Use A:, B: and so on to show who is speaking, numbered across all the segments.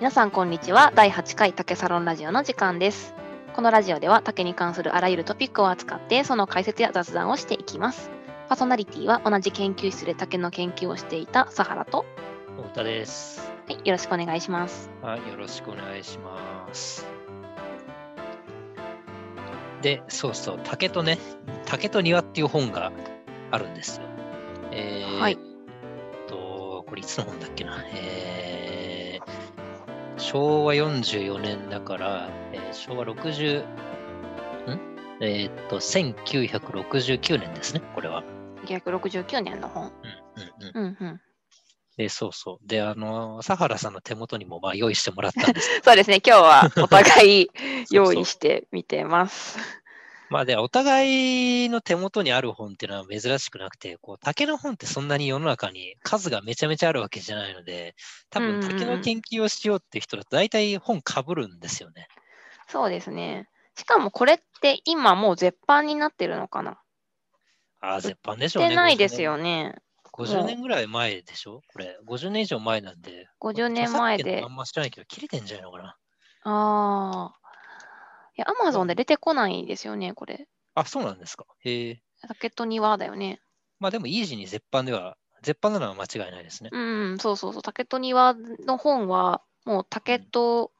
A: 皆さんこんにちは第8回竹サロンラジオの時間ですこのラジオでは竹に関するあらゆるトピックを扱ってその解説や雑談をしていきますパーソナリティは同じ研究室で竹の研究をしていたサハラと、
B: 太田です。
A: はい、よろしくお願いします
B: はい、よろしくお願いします。で、そうそう、竹とね、竹と庭っていう本があるんですよ。えー、
A: はい
B: と、これいつの本だっけな。えー、昭和44年だから、えー昭和60、んえーっと、1969年ですね、これは。
A: 1969年の本
B: うんうんうん。
A: うんうん
B: で、そうそう。で、あの、佐原さんの手元にもまあ用意してもらったんですけど
A: そうですね今日はお互 い用意
B: そうそう
A: してみてます
B: まあで、お互いの手元にある本っていうのは珍しくなくて、こう、竹の本ってそんなに世の中に数がめちゃめちゃあるわけじゃないので、多
A: うんう
B: 分
A: んうん
B: 竹の研究をしようっていう人だと大体本かぶるんですよね。
A: そうですねしかもこれって今もう絶版になってるのかな
B: ああ、絶版でしょう
A: 出
B: ね。
A: ないですよね
B: 50
A: もう
B: 年。50年ぐらい前でしょこれ。50年以上前なんで。
A: 50年前
B: 著作権
A: で
B: のあんま知らないけど、切れてんじゃないのかな。
A: ああ。いや、アマゾンで出てこないんですよね、これ。
B: あ、そうなんですか。へえ。
A: 竹と庭だよね。
B: まあでも、イージーに絶版では、絶版なのは間違いないですね。
A: うん、そうそうそう。竹と庭の本は、もう竹と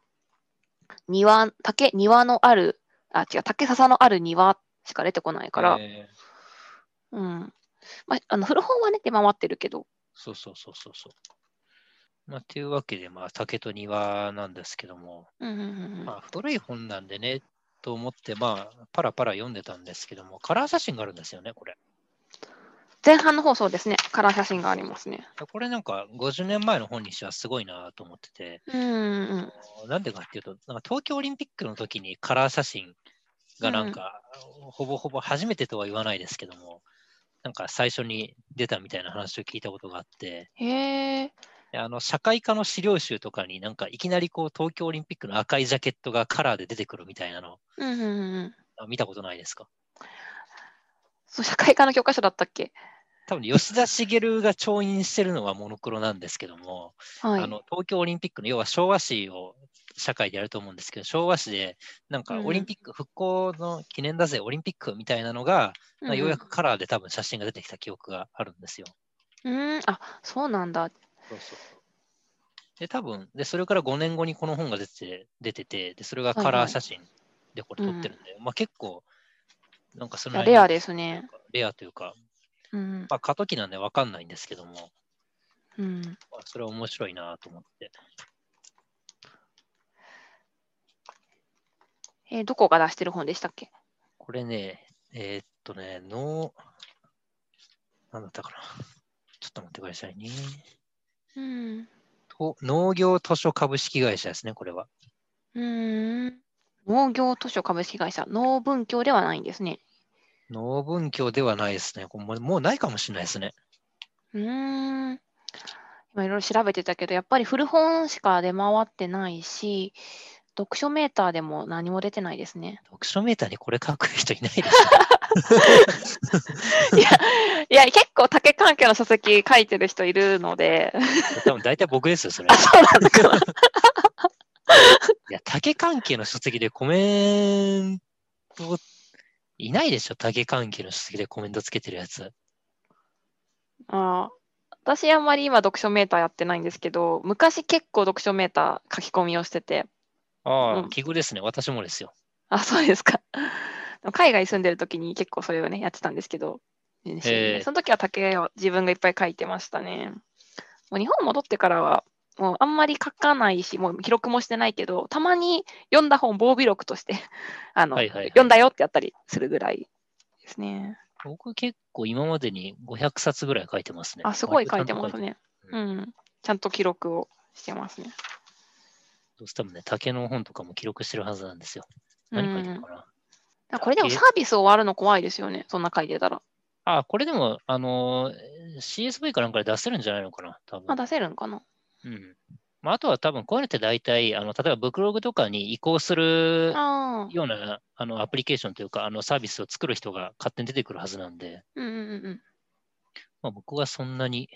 A: 庭、竹、庭のある、あ、違う、竹笹のある庭しか出てこないから、
B: えー
A: うん。まあ、あの古本はね、出回ってるけど、
B: そうそうそうそうそう。まあ、というわけで、まあ、竹と庭なんですけども、
A: うんうんうんうん
B: まあ、古い本なんでね、と思って、まあ、パラパラ読んでたんですけども、カラー写真があるんですよね、これ。
A: 前半の方そうですね、カラー写真がありますね。
B: これなんか、50年前の本にしてはすごいなと思ってて、
A: うんうんうん。
B: なんでかっていうと、なんか東京オリンピックの時にカラー写真がなんか、ほぼほぼ初めてとは言わないですけども、なんか最初に出たみたいな話を聞いたことがあって、
A: へえ。
B: であの社会科の資料集とかになんかいきなりこう東京オリンピックの赤いジャケットがカラーで出てくるみたいなの
A: うんうんうんうん。
B: あ見たことないですか
A: そう、社会科の教科書だったっけ
B: 多分吉田茂が調印してるのはモノクロなんですけども、
A: はい。
B: あの東京オリンピックの要は昭和史を社会でやると思うんですけど昭和史でなんかオリンピック復興の記念だぜ、オリンピックみたいなのが、
A: うんうん
B: ようやくカラーで多分写真が出てきた記憶があるんですよ。
A: うーん、あ、そうなんだ。
B: そうそう。で、多分で、それから5年後にこの本が出て出てて、で、それがカ
A: はい
B: ラ
A: は
B: ー
A: い
B: 写真でこれ撮ってるんで、まあ結構、なんかそ
A: い
B: の
A: やレアですね。
B: レアというか、
A: うん。
B: まあ過渡期なんでわかんないんですけども、
A: うん、
B: まあ、それは面白いなと思って。
A: えーどこが出してる本でしたっけ
B: これね、えーっとね、の、なんだったかな。ちょっと待ってくださいね。
A: うん。
B: と農業図書株式会社ですね、これは。
A: うん。農業図書株式会社、農文教ではないんですね。
B: 農文教ではないですね。これもうもうないかもしれないですね。
A: うーん。今いろいろ調べてたけど、やっぱり古本しか出回ってないし、読書メーターでも何も出てないですね。
B: 読書メーターにこれ書く人いないですよ
A: いや、いや結構竹関係の書籍書いてる人いるので、
B: 多分大体僕ですよ、それ。
A: あ、そうなんだかな。
B: いや、竹関係の書籍でコメント、いないでしょ、竹関係の書籍でコメントつけてるやつ。
A: あー私あんまり今読書メーターやってないんですけど昔結構読書メーター書き込みをしてて
B: あ
A: うん
B: 奇遇ですね、私もですよ。
A: あそうですか でも海外住んでる時に結構それをねやってたんですけど人生で
B: へー
A: その時は竹を自分がいっぱい書いてましたねもう日本戻ってからはもうあんまり書かないしもう記録もしてないけどたまに読んだ本防備録として あの、
B: はいはいはい
A: 読んだよってやったりするぐらいですね
B: 僕結構今までに500冊ぐらい書いてますね。
A: あすごい書いて
B: 割とちゃんと
A: ますねう
B: うん
A: ちゃんと記録をしてますね
B: る。多分ね、竹の本とかも記録してるはずなんですよ。何書いてるかな。
A: だからこれでも
B: え
A: サービス終わるの怖いですよね、そんな書いてたら。
B: あ、これでも、あのー、CSV かなんかで出せるんじゃないのかな、多分。
A: あ、出せるんかな
B: うん。まあ、あとは多分、こういうのって大体、あの、例えば、ブクログとかに移行する
A: ああ。
B: ようなあのアプリケーションというか、あのサービスを作る人が勝手に出てくるはずなんで、
A: うんうんうんうん。
B: まあ、僕はそんなに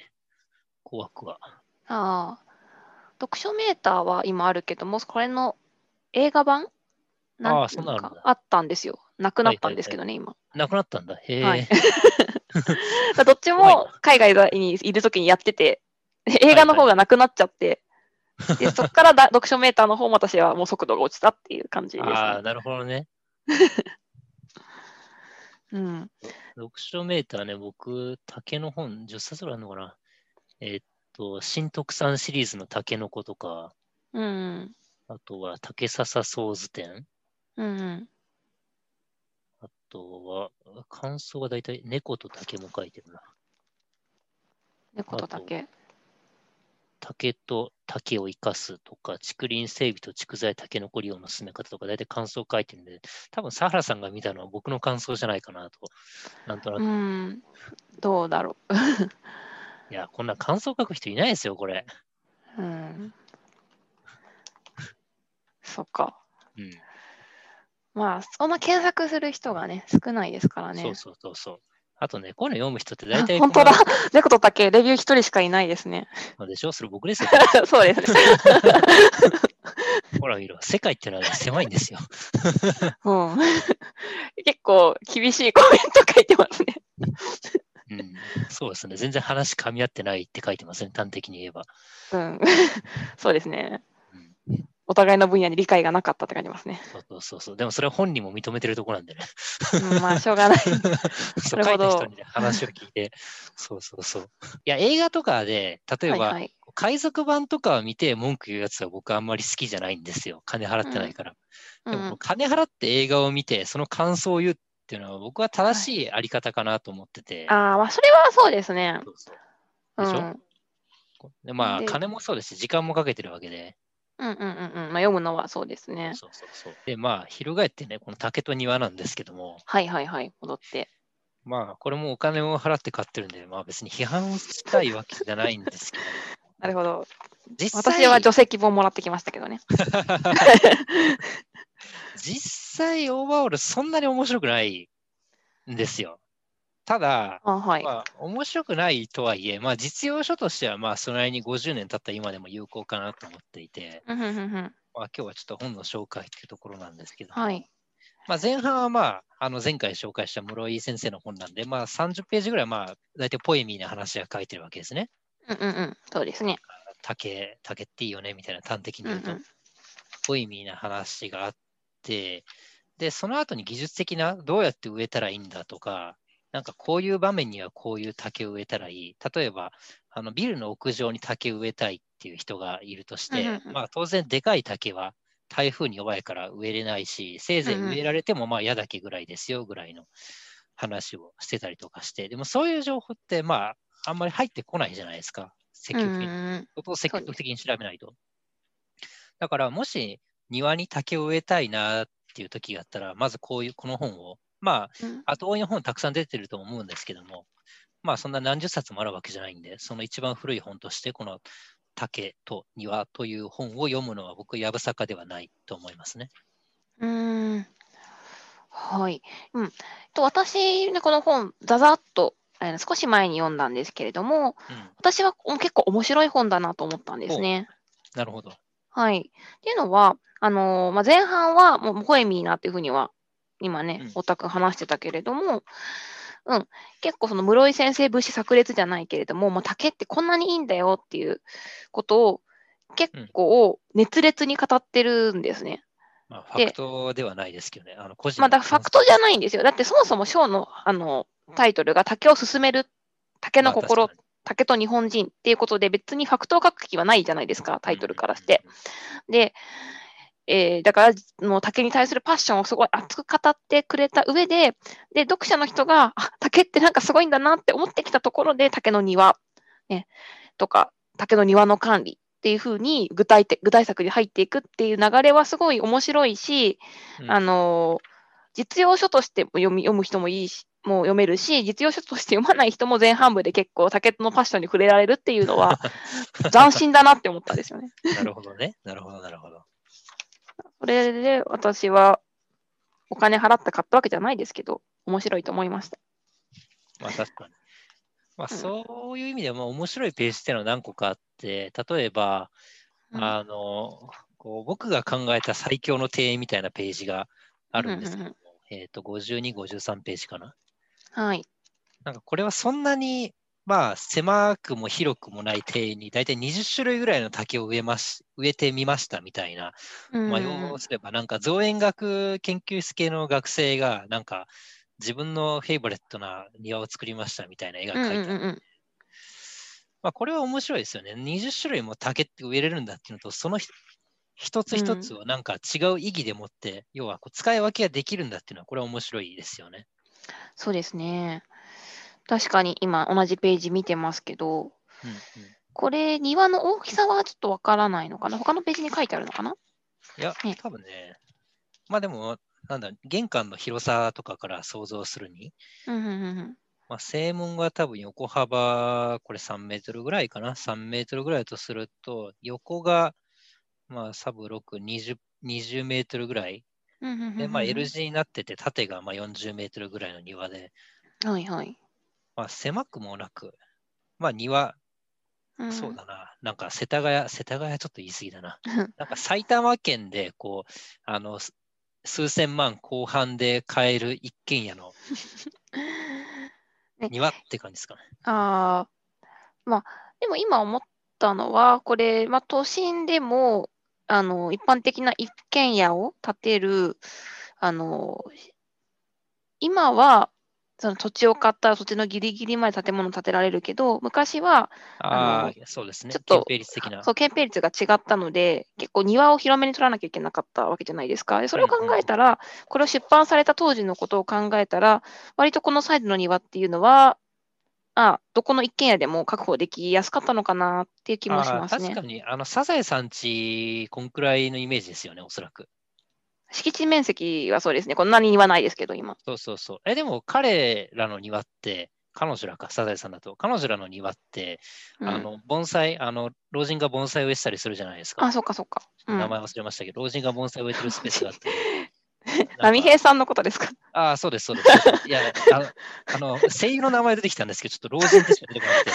B: 怖くは。
A: ああ。読書メーターは今あるけども、これの映画版
B: あ
A: な
B: あ
A: んていう
B: そう
A: の
B: な
A: か
B: んだ
A: あったんですよ。なくなったんですけどね、今。
B: なくなったんだ。へえ、
A: はいどっち
B: 怖いな
A: も海外にいるときにやってて、映画の方がなくなっちゃ って、でそこからだ読書メーターの方も私はもう速度が落ちたっていう感じです、ね
B: ああ、なるほどね。
A: うん。
B: 読書メーターね、僕、竹の本、10冊ぐらいあるのかな。えっと、新特産シリーズの竹の子とか、
A: うん。
B: あとは竹笹総図展、
A: うん。
B: あとは、感想が大体猫と竹も書いてるな。
A: 猫とだけ。
B: 竹と竹を生かすとか、竹林整備と竹材竹の子利用の進め方とか、大体感想書いてるんで、多分、サハラさんが見たのは僕の感想じゃないかなと、なんとなく、
A: う
B: い
A: ん。どうだろ
B: や、こんな感想書く人いないですよ、これ。
A: う。うん。そっか。
B: うん。
A: まあ、そんな検索する人がね、少ないですからね。
B: そうそうそうそう。あとね、こういうの読む人って大体
A: あ本当だ
B: こ
A: 猫とだけレビュー一人しかいないですね。
B: のでし ょそれ僕ですよ。
A: そうですね。
B: ほら見ろ。世界っていうのは狭いんですよ。
A: うん、 結構厳しいコメント書いてますね。
B: うん、そうですね。全然話噛み合ってないって書いてますね。端的に言えば。
A: うん、 そうですね
B: うん。
A: お互いの分野に理解がなかったって書いてますね。
B: そうそうそうそう。でもそれは本人も認めてるとこなんでね。
A: うん、まあ、しょうがない。
B: そ
A: な
B: う
A: る
B: 書
A: ほ
B: いた
A: ど
B: 人に、ね、話を聞い て。そうそうそう。いや、映画とか で、例えば、
A: はいはい。
B: 海賊版とかを見て文句言うやつは僕あんまり好きじゃないんですよ。金払ってないから。
A: う
B: でも
A: ん、
B: 金払って映画を見て、その感想を言うっていうのは僕は正しいあり方かなと思ってて。
A: ああ、まあ、それはそうですね。
B: そうそう
A: うん、う
B: でし
A: ん
B: ょでまあ、
A: で
B: 金もそうですし、時間もかけてるわけで。
A: うんうんうん。まあ、読むのはそうですね。
B: そうそうそう。で、まあ、翻ってね、この竹と庭なんですけども、
A: はいはいはい。戻って。
B: まあ、これもお金を払って買ってるんで、まあ別に批判をしたいわけじゃないんですけ ど、
A: なるほど。
B: 実際
A: 私は助成金本もらってきましたけどね。
B: 実際オーバーオールそんなに面白くないんですよ。ただ、
A: あはい。
B: まあ、面白くないとはいえ、まあ、実用書としては、まあ、それなりに50年経った今でも有効かなと思っていて、
A: うんうんうんうん。
B: まあ、今日はちょっと本の紹介っていうところなんですけども、
A: はい。
B: まあ、前半は、まあ、あの前回紹介した室井先生の本なんで、まあ、30ページぐらい、まあ、大体ポエミーな話が書いてるわけですね。
A: うんうんうん。そうですね。
B: 竹、竹っていいよねみたいな端的に
A: うんう
B: 言うと、
A: ん。
B: ポエミーな話があって、で、その後に技術的な、どうやって植えたらいいんだとか、なんかこういう場面にはこういう竹を植えたらいい。例えば、あのビルの屋上に竹を植えたいっていう人がいるとして、
A: うんうんうん
B: まあ当然でかい竹は台風に弱いから植えれないし、せいぜい
A: うんうん
B: 植えられてもまあ嫌だけぐらいですよぐらいの話をしてたりとかして、でもそういう情報ってまああんまり入ってこないじゃないですか、積
A: うんうん
B: 極的に。
A: うん
B: ことを積
A: そうです
B: 極的に調べないと。だから、もし庭に竹を植えたいなっていう時があったら、まずこういう、この本を、ま
A: うん
B: あ、後追いの本たくさん出てると思うんですけども、まあ、そんな何十冊もあるわけじゃないんで、その一番古い本として、この竹と庭という本を読むのは僕、やぶさかではないと思いますね。
A: うーんはい。うん、と私、ね、この本、ざざっとあの少し前に読んだんですけれども、
B: うん、
A: 私はお結構面白い本だなと思ったんですね。
B: なるほど。
A: はい。っていうのは、あのーまあ、前半はもうポエミーなっていうふうには、今
B: う
A: ね
B: ん、
A: オタク話してたけれども、うん、結構その室井先生節炸裂じゃないけれども、まあ、竹ってこんなにいいんだよっていうことを結構熱烈に語ってるんですね。
B: まあ、フ
A: で
B: ァクトではないですけどね。あの個人
A: まあ、だ
B: の
A: からファクトじゃないいんですよ。だってそもそも章のあのタイトルが竹を進める竹の心、竹と日本人っていうことで別にファクトを書く気はないじゃないですか、タイトルからして。。で、えーだからもう竹に対するパッションをすごい熱く語ってくれた上で、で、読者の人が、あ、竹ってなんかすごいんだなって思ってきたところで、竹の庭、ね、とか、竹の庭の管理っていうふうに具体的具体策に入っていくっていう流れはすごい面白いし、
B: うん
A: あのー実用書としても読み読む人もいいし、もう読めるし、実用書として読まない人も前半部で結構竹のパッションに触れられるっていうの は斬新だなって思ったんですよね。
B: なるほどね。なるほど、なるほど。
A: それで私はお金払って買ったわけじゃないですけど、面白いと思いました。
B: まあ確かに。まあ
A: うん
B: そういう意味では、まあ面白いページっていうのは何個かあって、例えば、
A: うん
B: あのこう僕が考えた最強の庭園みたいなページがあるんですけども、えっ、と、52、53ページかな。
A: はい。
B: なんかこれはそんなに、まあ、狭くも広くもない庭園に、大体20種類ぐらいの竹を植えます植えてみましたみたいな、
A: うん
B: まあ、要すれば、なんか造園学研究室系の学生が、なんか自分のフェイボレットな庭を作りましたみたいな絵が
A: うんうん
B: 描いてある
A: うん
B: まあ、これは面白いですよね。20種類も竹って植えれるんだっていうのと、そのひ一つ一つをなんか違う意義でもって、要はこう使い分けができるんだっていうのは、これは面白いですよね。
A: そうですね。確かに今同じページ見てますけど、
B: うん
A: これ庭の大きさはちょっとわからないのかな他のページに書いてあるのかない
B: や
A: ね、
B: 多分ね、まあでも、なんだ、玄関の広さとかから想像するに、
A: うんうんうんうん。
B: まあ、正門が多分横幅、これ3メートルぐらいかな、3メートルぐらいだとすると、横が、まあ、サブ6、20、20メートルぐらい。
A: うんうんうんうん
B: で、まあ、L 字になってて、縦がまあ40メートルぐらいの庭で、
A: はいはい。
B: まあ、狭くもなく、まあ、庭、
A: ん
B: そう。だな、なんか世田谷、世田谷はちょっと言い過 ぎだな。なんか埼玉県で、こう、あの、す数千万後半で買える一軒家の庭って感じですかね。
A: ああ、まあ、でも今思ったのは、これ、まあ、都心でも、あの、一般的な一軒家を建てる、あの、今は、その土地を買ったら土地のギリギリまで建物を建てられるけど、昔は、あの
B: ああ、そうですね。
A: ちょっと
B: 憲法律的な。
A: そう、憲兵率が違ったので、結構庭を広めに取らなきゃいけなかったわけじゃないですか。でそれを考えたら、これを出版された当時のことを考えたら、割とこのサイズの庭っていうのは、あどこの一軒家でも確保できやすかったのかなっていう気もし
B: あ
A: ま
B: あ
A: す
B: 確
A: ね
B: か。に、あの、サザエさんち、こんくらいのイメージですよね、おそらく。
A: 敷地面積はそうですね。こんなに庭ないですけど、今。
B: そうそうそう。え、でも、彼らの庭って、彼女らか、サザエさんだと、彼女らの庭って、
A: うん
B: あの、盆栽、あの、老人が盆栽を植えてたりするじゃないですか。
A: あ、そっかそっか。うん、
B: 名前忘れましたけど、老人が盆栽を植えてるスペースがあって。
A: 波平さんのことですか。
B: ああ、そうです、そうです。いや、あの、あの声優の名前出てきたんですけど、ちょっと老人ってしか出てこなくて。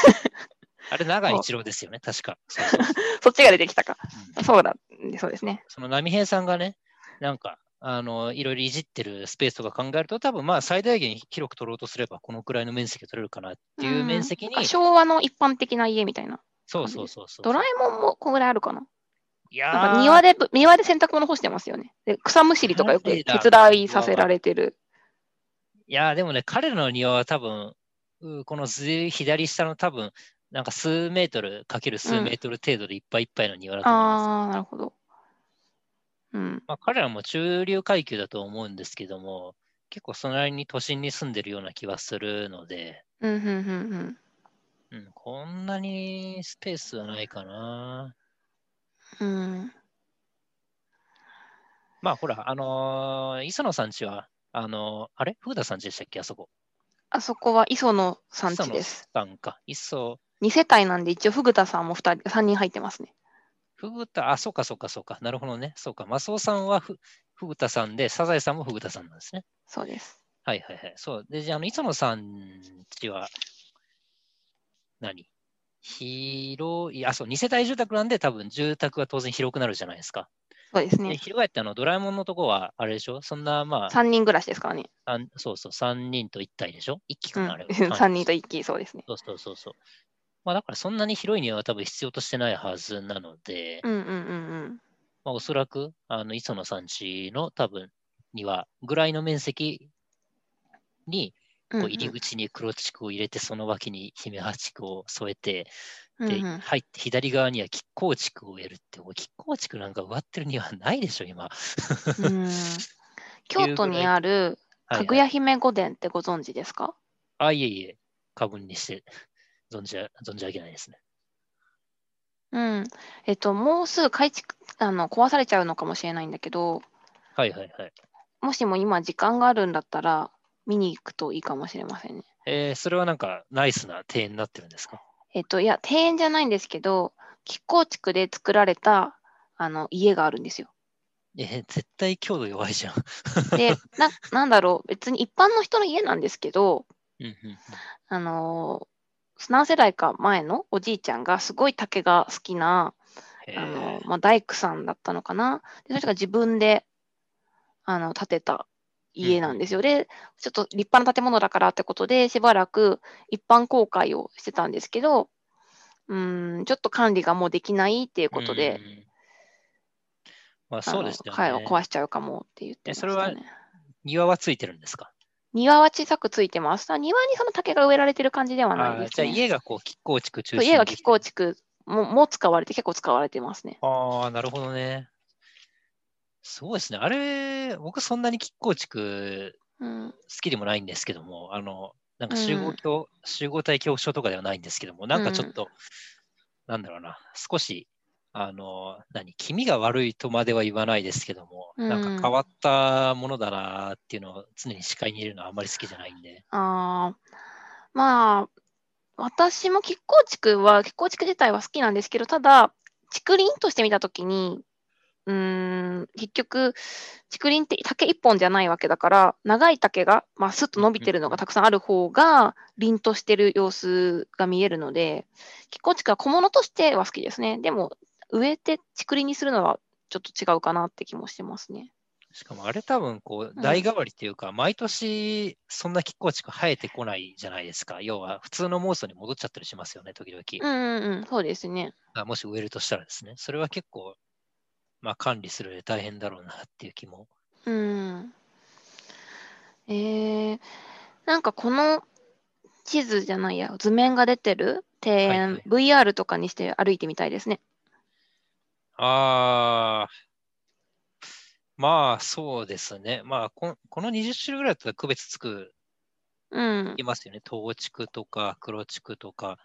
B: あれ、長井一郎ですよね、確か。そうそうそう
A: そっちが出てきたか。
B: うん
A: そうだ。そうですね。
B: その波平さんがね、なんか、あの、いろいろいじってるスペースとか考えると、多分まあ、最大限広く取ろうとすれば、このくらいの面積が取れるかなっていう面積に、
A: あ昭和の一般的な家みたいな。
B: そうそうそうそう。
A: ドラえもんもこんぐらいあるかな。
B: いや
A: なん
B: ー
A: か庭でぶ、庭で洗濯物干してますよね。で草むしりとかよく
B: マジ
A: 手
B: だ
A: 伝いさせられてる。
B: いやーでもね、彼らの庭は多分、うーこのず左下の多分、なんか数メートルかける数メートル程度でいっぱいいっぱいの庭だと思います。
A: ああー、なるほど。うん。
B: まあ、彼らも中流階級だと思うんですけども、結構そのなりに都心に住んでるような気はするので、
A: うん、うん、うん、
B: うん、こんなにスペースはないかな。
A: うん。うん。
B: まあほら、あのー磯野さんちは、あのーあれ風田さんちでしたっけあそこ。
A: あそこは磯野さんちです。
B: さんか。磯、
A: 2世帯なんで、一応、フグタさんも2人、3人入ってますね。
B: ふぐた、あ、そうかそうかそうか。なるほどね。そうか。マスオさんはふ、ふぐたさんで、サザエさんもふぐたさんなんですね。
A: そうです。
B: はいはいはい。そう。で、じゃあ、あの、磯野さんちは、何広い、あ、そう、二世帯住宅なんで、多分住宅は当然広くなるじゃないですか。
A: そうです
B: で、
A: ね。
B: 広がって、あの、ドラえもんのとこは、あれでしょそんな、まあ、
A: 3人暮らしですからね。
B: あんそうそう、3人と1体でしょ ?1 機
A: う
B: か
A: ん。
B: な、あれは。
A: 3人と一気、そうですね。
B: そうそうそうそう。まあ、だからそんなに広い庭は多分必要としてないはずなので、
A: うん、うん、うん、
B: まあ、おそらく、あの、磯野さんちの多分庭ぐらいの面積に、
A: うん。
B: こう入り口に黒地区を入れて、その脇に姫八区を添えて、
A: うんうん
B: で、入って左側には亀甲地区を植えるって、もう亀甲地区なんか植わってる庭ないでしょ、今。
A: うんう んうん京都にある、
B: はいは
A: か
B: い
A: ぐや姫御殿ってご存知ですか
B: あ、いえいえ、過分にして、存じあ存じ上げないですね。
A: うん。えっと、もうすぐ改築、あの、壊されちゃうのかもしれないんだけど、
B: はいはいはい。
A: もしも今時間があるんだったら、見に行くといいかもしれませんね。
B: えーそれはなんかナイスな庭園になってるんですか
A: えっと、いや、庭園じゃないんですけど、亀甲地区で作られた、あの、家があるんですよ。
B: えー絶対強度弱いじゃん。
A: で、な、なんだろう、別に一般の人の家なんですけど、
B: うんうんうん
A: あのー何世代か前のおじいちゃんがすごい竹が好きな、
B: えー
A: あの、まあ、大工さんだったのかな。でその人が自分で、あの、建てた家なんですよ。で、ちょっと立派な建物だからってことで、しばらく一般公開をしてたんですけど、うーん、ちょっと管理がもうできないっていうことで、
B: うん
A: あ
B: まあ、
A: の
B: そうですよね。
A: 貝を壊しちゃうかもって言って
B: え
A: ました
B: そ
A: ね。
B: れは庭はついてるんですか
A: 庭は小さくついてます。あ庭にその竹が植えられてる感じではない
B: あ
A: で
B: ー
A: す
B: じゃあ
A: ね。
B: 家がこう、亀甲築
A: そ
B: 中
A: う
B: 心
A: 家が
B: に
A: 亀甲築もも使われて結構使われてますね。
B: ああ、なるほどね。そうですね。あれ、僕そんなに亀甲築
A: うん、
B: 好きでもないんですけども、あの、なんか
A: うん
B: 集合教、集合体恐怖症とかではないんですけども、なんかちょっと、なんだろうな、少し、あの、何、気味が悪いとまでは言わないですけども、なん
A: うん
B: か変わったものだなっていうのを常に視界にいるのはあんまり好きじゃないんで。
A: あーまあ私も亀甲築は亀甲築自体は好きなんですけどただ竹林として見た時にうーん結局竹林って竹一本じゃないわけだから長い竹が、まあ、スッと伸びてるのがたくさんある方が凛としてる様子が見えるので亀甲築は小物としては好きですねでも植えて竹林にするのはちょっと違うかなって気もしてますね。
B: しかもあれ多分こ
A: う
B: うん代替わりっていうか、毎年そんな亀甲地区生えてこないじゃないですか。要は普通のモーソンに戻っちゃったりしますよね、時々。
A: うんうんうんそうですね。
B: あもし植えるとしたらですね。それは結構、まあ管理するで大変だろうなっていう気も。
A: うん。えー、なんかこの地図じゃないや、図面が出てる庭園、
B: はい
A: VR とかにして歩いてみたいですね。
B: ああ、まあそうですね。まあこんこの20種類ぐらいだったら区別つく、
A: うん
B: い。ますよね。東地区とか黒地区とか、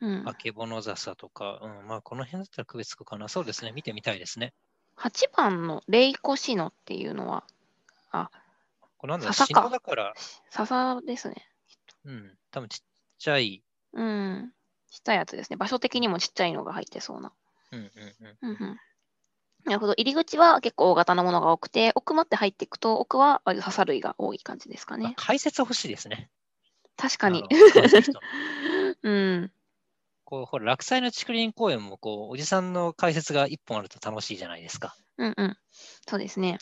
A: うん、
B: あけぼの笹とか、うん、まあこの辺だったら区別つくかな。そうですね。見てみたいですね。
A: 8番のレイコシノっていうのは
B: これなんだろう、
A: 笹
B: シ
A: か
B: ノだから、
A: 笹ですね。
B: うん、多分ちっちゃい。
A: うん。ちっちゃいやつですね。場所的にもちっちゃいのが入ってそうな。
B: うんう
A: うん
B: んう。
A: うんん。なるほど。入り口は結構大型のものが多くて、奥まって入っていくと、奥は割と笹類が多い感じですか
B: まあ
A: ね。
B: 解説欲しいですね。
A: 確かに
B: あ。の 解説
A: うん。
B: こうほら落栽の竹林公園もこうおじさんの解説が一本あると楽しいじゃないですか。
A: うんうん。そうですね。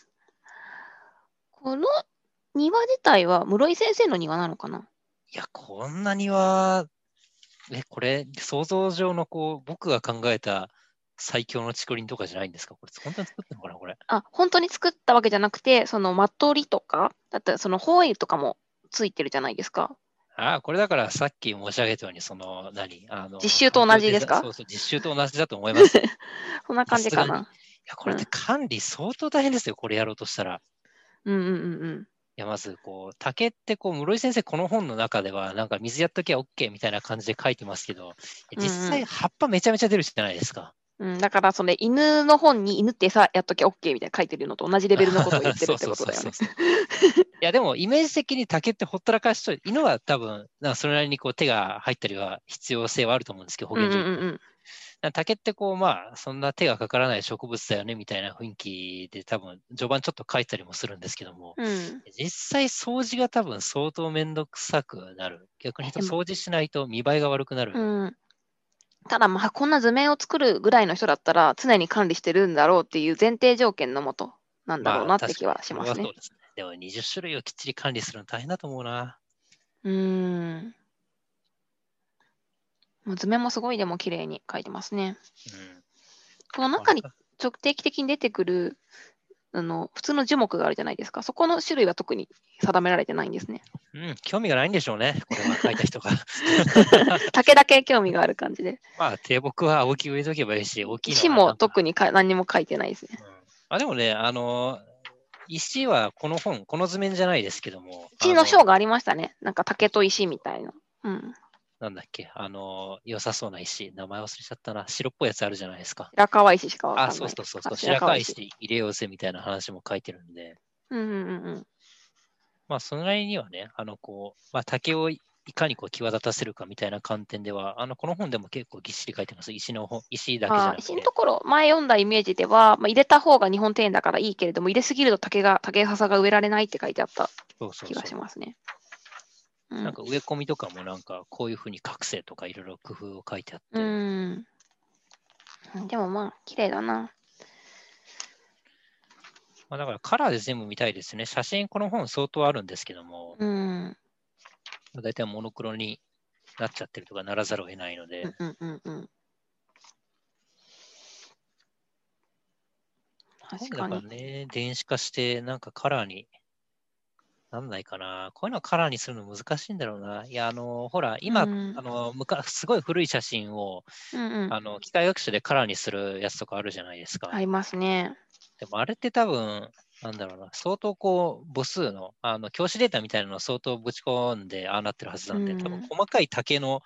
A: この庭自体は室井先生の庭なのかない
B: や、こんなには、え、これ、想像上のこう僕が考えた最強の竹林とかじゃないんですかこれ、本当に作ってるのかなこれ。
A: あ、本当に作ったわけじゃなくて、その間取りとか、だってその方位とかもついてるじゃないですか。
B: ああ、これだからさっき申し上げたように、その、何あの
A: 実習と同じですか
B: 環境デザそうそう、実習と同じだと思 います。い
A: そんな感じかな。
B: や、これって管理相当大変ですよ、これやろうとしたら。
A: うんうんうんうん。
B: いやまずこう竹ってこう室井先生この本の中ではなんか水やっときゃ OK みたいな感じで書いてますけど
A: うん
B: 実際葉っぱめちゃめちゃ出るじゃないですか。
A: うん、だから、その犬の本に犬って餌やっときゃ OK みたいな書いてるのと同じレベルのことを言ってるってことだよ
B: そ
A: ね
B: う。そうそうそういやでもイメージ的に竹ってほったらかしといて犬は多分なんかそれなりにこう手が入ったりは必要性はあると思うんですけど保
A: うんう
B: 健
A: ん
B: 所、
A: うん
B: なんか竹ってこうまあそんな手がかからない植物だよねみたいな雰囲気で多分序盤ちょっと書いたりもするんですけども、
A: うん。うん
B: 実際掃除が多分相当めんどくさくなる。逆に言う
A: で
B: と掃除しないと見栄えが悪くなる。
A: うんただまあこんな図面を作るぐらいの人だったら常に管理してるんだろうっていう前提条件のもとなんだろうなって気はします
B: 確
A: ね
B: かにそれはそう。ですね。でも20種類をきっちり管理するの大変だと思うな。
A: うーん。もう図面もすごいでも綺麗に描いてますね。この
B: うん。
A: 中に直定期的に出てくるあの普通の樹木があるじゃないですか。そこの種類は特に定められてないんですね。
B: うん、興味がないんでしょうね。これは書いた人 が。
A: 竹だけ興味がある感じで。
B: まあ、低木は青木植えとけばいいし、大きいのは
A: 石
B: な
A: も
B: んか
A: 特にか何にも書いてないですね。
B: うんあ、でもね、あの、石はこの本、この図面じゃないですけども。
A: 石の章
B: あ
A: がありましたね。なんか竹と石みたいな。うん。
B: なんだっけ、あの、良さそうな石。名前忘れちゃったな。白っぽいやつあるじゃないですか。
A: 白川石しかわかん
B: あ、
A: ない。
B: そうそうそうそう。
A: あ
B: 白川。
A: 白
B: 石入れようぜみたいな話も書いてるんで、
A: うんうんうんうん。
B: まあ、そのなりにはね、あの、こう、まあ、竹をいかにこう際立たせるかみたいな観点では、あの、この本でも結構ぎっしり書いてます。石の本、石だけじゃ
A: あ
B: なく
A: 石の
B: て。
A: ところ、前読んだイメージでは、まあ、入れた方が日本庭園だからいいけれども、入れすぎると竹が、竹笹が植えられないって書いてあった
B: そうそう
A: 気がし
B: そう。
A: ますね。う
B: なん
A: ん
B: か植え込みとかもなんかこういうふうに覚醒とかいろいろ工夫を書いてあっ
A: う
B: て、
A: ん。うんでもまあ、綺麗だな。
B: まあ、だからカラーで全部見たいですね。写真、この本相当あるんですけども、
A: うん。
B: 大体モノクロになっちゃってるとかならざるを得ないので、
A: うんうんうんうん。確か
B: 本だ
A: に
B: か。らね、電子化して、なんかカラーになんないかな。こういうのをカラーにするの難しいんだろうな。いや、あの、ほら、今、
A: うん
B: あの昔すごい古い写真を
A: うんうん、
B: あの機械学習でカラーにするやつとかあるじゃないですか。
A: ありますね。
B: でもあれって多分、なんだろうな、相当こう母数の、あの教師データみたいなのを相当ぶち込んでああなってるはずなんで、
A: うん
B: 多分細かい竹の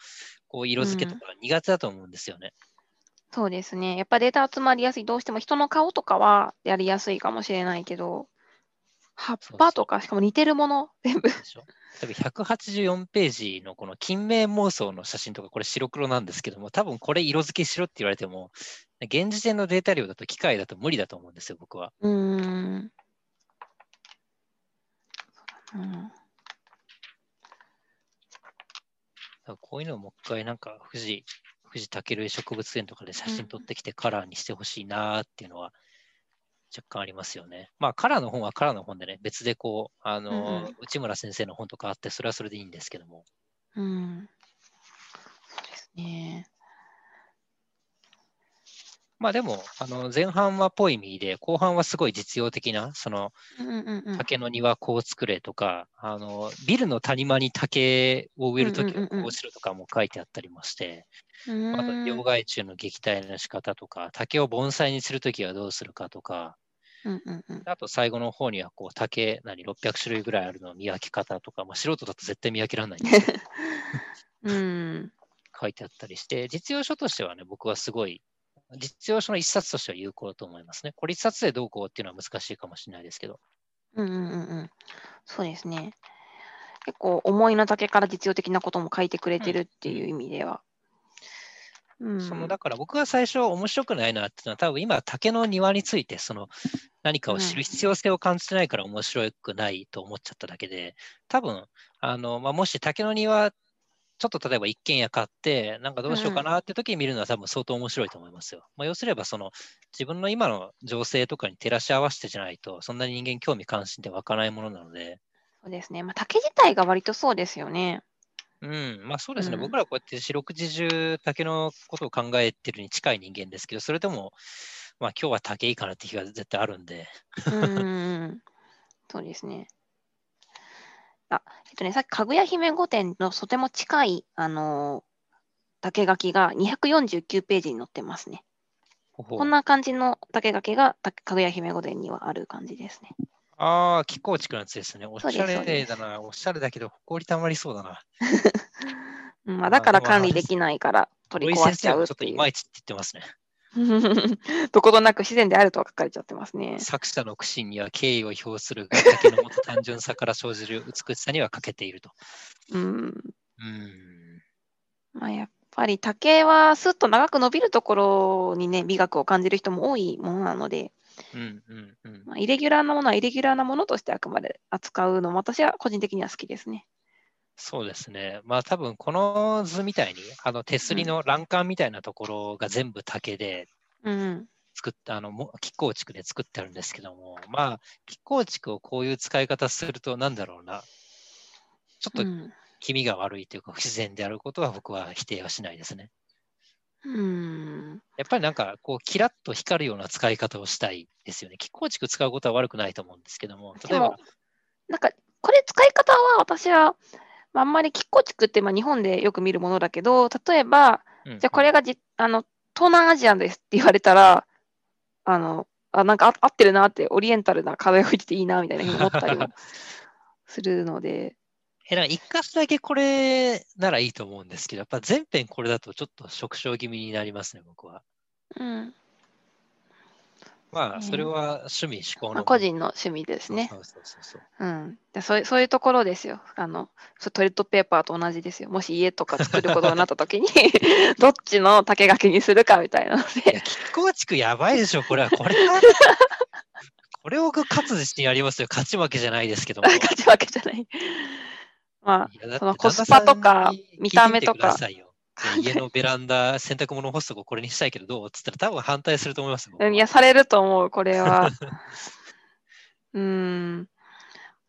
B: こう色付けとか苦手だと思うんですよね。
A: そうですね。やっぱデータ集まりやすい。どうしても人の顔とかはやりやすいかもしれないけど、葉っぱとか、しかも似てるもの、全部。
B: でしょ多分184ページのこの金明妄想の写真とか、これ白黒なんですけども、多分これ色付けしろって言われても、現時点のデータ量だと機械だと無理だと思うんですよ、僕は。
A: うーん。そうだな
B: だからこういうのをもう一回なんか富士、富士竹類植物園とかで写真撮ってきてカラーにしてほしいなーっていうのは若干ありますよね。まあカラーの本はカラーの本でね、別でこう、あ
A: う
B: のー、
A: んう
B: 内村先生の本とかあって、それはそれでいいんですけども。
A: うん。そうですね。
B: まあでも、あの前半はポイミーで、後半はすごい実用的な、その
A: うんうんうんうん。
B: 竹の庭こう作れとか、あのビルの谷間に竹を植えるときはこうしろとかも書いてあったりまして、
A: う
B: あと、
A: ーん
B: 病害虫の撃退の仕方とか、竹を盆栽にするときはどうするかとか、
A: うんうんうん
B: あと最後の方にはこう竹、何、600種類ぐらいあるのを見分け方とか、まあ、素人だと絶対見分けられないんで
A: うん。
B: 書いてあったりして、実用書としてはね、僕はすごい、実用書の一冊としては有効だと思いますね。これ一冊でどうこうっていうのは難しいかもしれないですけど、
A: うんうんうんうん。そうですね。結構思いの丈から実用的なことも書いてくれてるっていう意味では。うん。
B: そのだから僕が最初面白くないなっていうのは、多分今、竹の庭について、その何かを知る必要性を感じてないから面白くないと思っちゃっただけで、多分あの、まあ、もし竹の庭、ちょっと例えば一軒家買って、なんかどうしようかなって時に見るのは多分相当面白いと思いますよ。まあ、要すればその自分の今の情勢とかに照らし合わせてじゃないと、そんなに人間興味関心って湧かないものなので、
A: そうですね。まあ、竹自体が割とそうですよね。
B: うん、まあそうですね、
A: うん
B: 僕らこうやって四六時中竹のことを考えてるに近い人間ですけど、それでも、まあ今日は竹いいかなって日が絶対あるんで、
A: うんうんうん。そうですね。あ、えっとね、さっき、かぐや姫御殿のとても近い、あのー竹垣が249ページに載ってますね。こんな感じの竹垣がたかぐや姫御殿にはある感じですね。
B: ああ、気候地区のやつですね。おし
A: そうです
B: ゃ
A: そう
B: れ
A: で
B: だな、おしゃれだけど、埃たまりそうだな。
A: うんまあ、だから管理できないから取り
B: 土井
A: 壊
B: 先
A: しちゃ
B: 生
A: う
B: も
A: っ
B: ちょっと
A: てい
B: いうま。いちって言ってます ね。
A: どことなく自然であるとは書かれちゃってますね。
B: 作者の苦心には敬意を表するが、竹のもと単純さから生じる美しさには欠けてい ると。
A: うん。
B: うん。
A: まあ、やっぱり竹はすっと長く伸びるところにね、美学を感じる人も多いものなので、
B: うんうんうん。
A: まあ、イレギュラーなものはイレギュラーなものとしてあくまで扱うのも私は個人的には好きですね。
B: そうですね。まあ多分この図みたいに、あの手すりの欄干みたいなところが全部竹で
A: うん。
B: 作った、あの、も亀甲地区で作ってあるんですけども、まあ、亀甲地区をこういう使い方すると、なんだろうな、ちょっ
A: う
B: と
A: ん。
B: 気味が悪いというか、不自然であることは僕は否定はしないですね。
A: うん。
B: やっぱりなんか、こう、キラッと光るような使い方をしたいですよね。亀甲地区使うことは悪くないと思うんですけども、例
A: で
B: えば
A: も、、なんか、これ使い方は私は、まあ、あんまりキッコチクってまあ日本でよく見るものだけど、例えば、
B: うん
A: じゃあこれがじあの東南アジアですって言われたら、あのあなんかあ合ってるなって、オリエンタルな壁を置いてていいなみたいなふうに思ったりもするので、
B: えなんか一箇所だけこれならいいと思うんですけど、やっぱ全編これだとちょっと縮小気味になりますね、僕は。
A: うん
B: ま
A: ね
B: あ、それは趣味、思考
A: まあ、
B: の。
A: 個人の趣味ですね
B: そ。うそうそうそう。
A: うん、でそういうそういうところですよあの。そうトイレットペーパーと同じですよ。もし家とか作ることになった時にどっちの竹垣にするかみたいなの
B: い
A: で
B: や、キッコー地区やばいでしょ、これは。これ はこれを勝つ自信ありますよ。勝ち負けじゃないですけど も。い
A: 勝ちわけじゃない。まあ
B: やだって
A: そのコスパとか
B: 旦那さんに
A: 見た目とか
B: 聞いてみてくださいよ家のベランダ、洗濯物干すとここれにしたいけどどうっつったら多分反対すると思いますよ。
A: うんいや、されると思う、これは。うーん。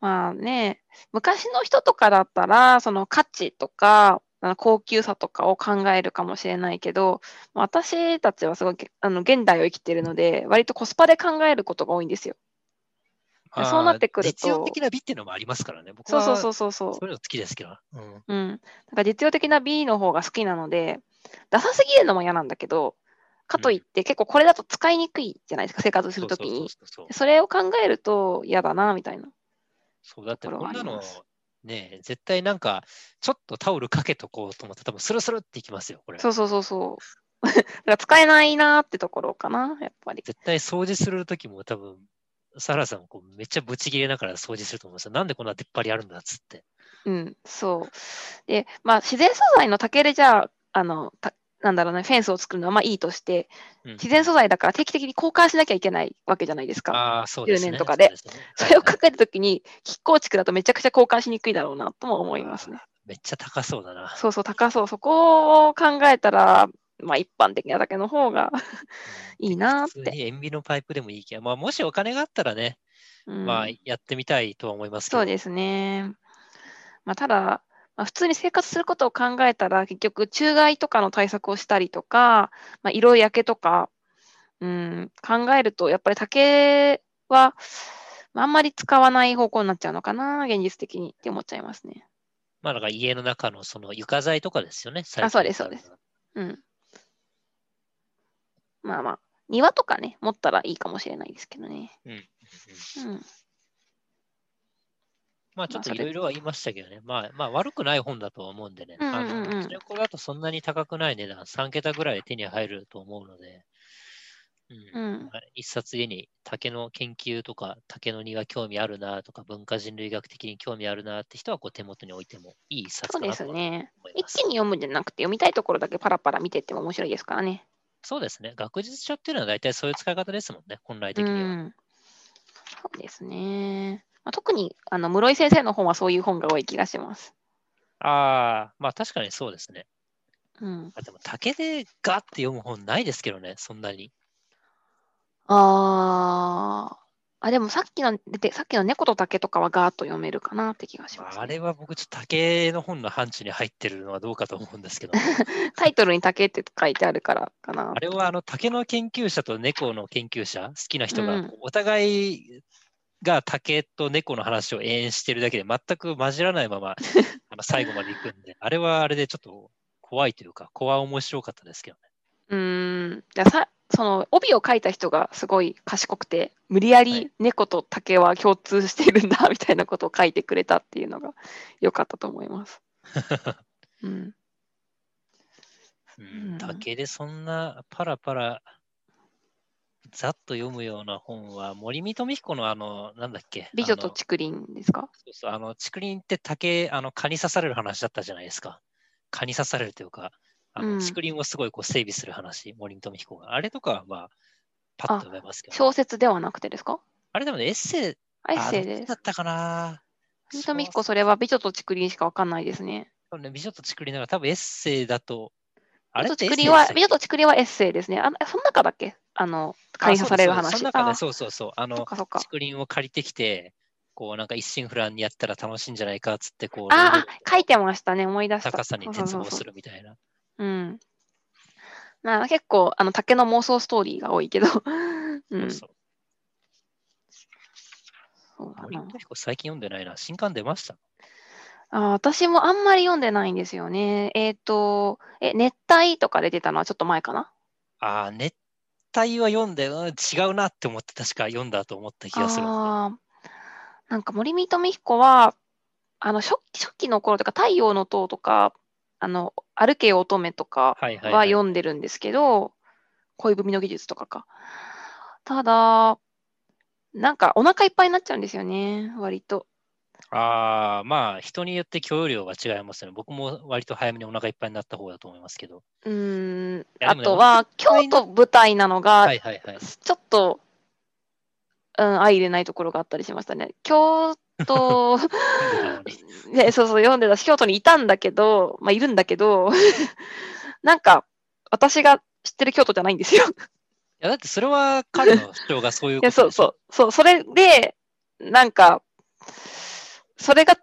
A: まあね、昔の人とかだったら、その価値とか、あの高級さとかを考えるかもしれないけど、私たちはすごいあの現代を生きているので、割とコスパで考えることが多いんですよ。
B: あー
A: そうなってくると
B: 実用的な美っていうのもありますからね。僕
A: そ
B: は
A: うそうそううそうそう。
B: そういうの好きですけど。うん
A: うん。なんか実用的な B の方が好きなので、ダサすぎるのも嫌なんだけど、かといって結構これだと使いにくいじゃないですか、生活するときに。
B: そうそうそうそう
A: それを考えると嫌だな、みたいな。
B: そうだって
A: ところ
B: こ
A: は
B: んな
A: あり
B: の
A: ます
B: ねえ絶対なんかちょっとタオルかけとこうと思って多分スルスルっていきますよこれ
A: そうそうそうそう。 だから使えないなってところかな、やっぱり。
B: 絶対掃除する時も多分サラさんこうめっちゃブチ切れながら掃除すると思うんですよなんでこんな出っ張りあるんだっつって
A: うん、そう。で、まあ、自然素材の竹でじゃあ、あの、たなんだろうね、フェンスを作るのはまあいいとして、
B: うん
A: 自然素材だから定期的に交換しなきゃいけないわけじゃないですか。
B: ああそうですね
A: 10年とかで
B: そうすね
A: それを考えたときに、亀甲築だとめちゃくちゃ交換しにくいだろうなとも思いますね。
B: めっちゃ高そうだな
A: そうそう、高そう。そこを考えたら、まあ一般的なだけの方がいいなっ
B: 普通
A: て。
B: に塩ビのパイプでもいいけど、まあ、もしお金があったらね、
A: うん
B: まあやってみたいとは思いますけど
A: そうですね。まあ、ただ、まあ、普通に生活することを考えたら、結局、虫害とかの対策をしたりとか、まあ、色焼けとか、うん、考えると、やっぱり竹は、まああんまり使わない方向になっちゃうのかな、現実的にって思っちゃいますね。
B: まあだから家の中のその床材とかですよね
A: あそうですそうですうん。まあまあ、庭とかね、持ったらいいかもしれないですけどね。
B: うんうん
A: うん。
B: まあちょっといろいろは言いましたけどね、まあ、まあ悪くない本だとは思うんでね、
A: うんうん
B: あ
A: うんうん
B: の、中古だとそんなに高くない値段、3桁ぐらいで手に入ると思うので、うん
A: うん
B: まあ一冊家に竹の研究とか竹の庭興味あるなとか文化人類学的に興味あるなって人はこう手元に置いてもいい一冊
A: そう
B: か
A: で
B: なと
A: す
B: 思い
A: ね。
B: ま
A: 一
B: す。
A: 気に読むんじゃなくて、読みたいところだけパラパラ見てっても面白いですからね。
B: そうですね。学術書っていうのは大体そういう使い方ですもんね、本来
A: う
B: 的には。
A: ん、そうですね。まあ、特にあの室井先生の本はそういう本が多い気がします。
B: ああ、まあ確かにそうですね。
A: うん、
B: あでも竹でガッて読む本ないですけどね、そんなに。
A: あーあ、でもさっきの出てさっきの猫と竹とかはガーッと読めるかなって気がします、
B: あれは僕、ちょっと竹の本の範疇に入ってるのはどうかと思うんですけど、
A: タイトルに竹って書いてあるからかな
B: あ。れはあの竹の研究者と猫の研究者、好きな人
A: う
B: が
A: ん、
B: お互いが竹と猫の話を延々してるだけで、全く混じらな いままあの最後まで行くんで、あれはあれでちょっと怖いというか、怖面白かったですけどね。
A: うーん。じゃあさその帯を書いた人がすごい賢くて、無理や
B: は
A: り
B: い
A: 猫と竹は共通しているんだみたいなことを書いてくれたっていうのが良かったと思い ます。うん。
B: うん
A: うん
B: 竹でそんなパラパラざっと読むような本は、森見富彦のあの、なんだっけ、
A: 美女
B: あ
A: と
B: の
A: 竹林ですか
B: そうそう、あの、竹林って竹、あの、蚊に刺される話だったじゃないですか。蚊に刺されるというか、あ
A: うん
B: の竹林をすごいこう整備する話、森富彦が。あれとかは、まあ、パッと読めますけど、
A: 小説ではなくてですか
B: あれでもね、エッセイ、
A: アイ
B: あ
A: セイ
B: どっち
A: で
B: だ
A: す。
B: ったかな。
A: 三富
B: そう
A: 彦、それは美女と竹林しかわかんないですね。
B: そうね美女と竹林だから、多分エッセイだと、あ
A: 美
B: れ
A: 女と
B: って
A: 竹
B: エッセイ
A: 林は、
B: で
A: 美
B: し
A: 女
B: た
A: と
B: っ
A: 竹林はエッセイですね。あ、その中だっけあの、
B: け
A: 会に刺される
B: あそうです
A: 話。
B: その中で、
A: あ、そ
B: そうそうそう。あの
A: っ、かそっか。
B: 竹林を借りてきて、こうなんか一心不乱にやったら楽しいんじゃないかっつって、こう、
A: ああ、書い
B: て
A: てましたね。思い出した。
B: 高さに
A: そうそう
B: 絶
A: そう
B: 望するみたいな。
A: うん。まあ、結構、あの、竹の妄想ストーリーが多いけ ど。うん。
B: そう
A: そうだ
B: 森
A: な
B: 本彦最近読んでないな。新刊出ました。
A: あー私もあんまり読んでないんですよね。えっ、と、え、熱帯とか出てたのはちょっと前かな
B: ああ、熱帯は読んで、うん、違うなって思って、確か読んだと思った気がするんで。
A: あーなんか森見富彦はあの初期初期の頃とか「太陽の塔」とか「あの歩けよ乙女」とか
B: はいはい、
A: は
B: はい。
A: 読んでるんですけど、恋文の技術とかかただなんかお腹いっぱいになっちゃうんですよね割と
B: ああ、まあ、人によって許容量が違いますよね。僕も割と早めにお腹いっぱいになった方だと思いますけど。
A: うーんあ
B: やでもね
A: とは
B: お腹い
A: 京
B: っぱい
A: 都舞台なのが
B: はいはいはい。
A: ちょっと、うん、相入れないところがあったりしましたね京 都
B: 読んでたのに
A: ね、そうそう、読んでたし、京都にいたんだけど、まあ、いるんだけど、 なんか、私が知ってる京都じゃないんですよ。
B: や、だってそれは彼の主張がそういう
A: い
B: こと
A: や、 そう
B: う。
A: そう、そう、それで、なんか、それが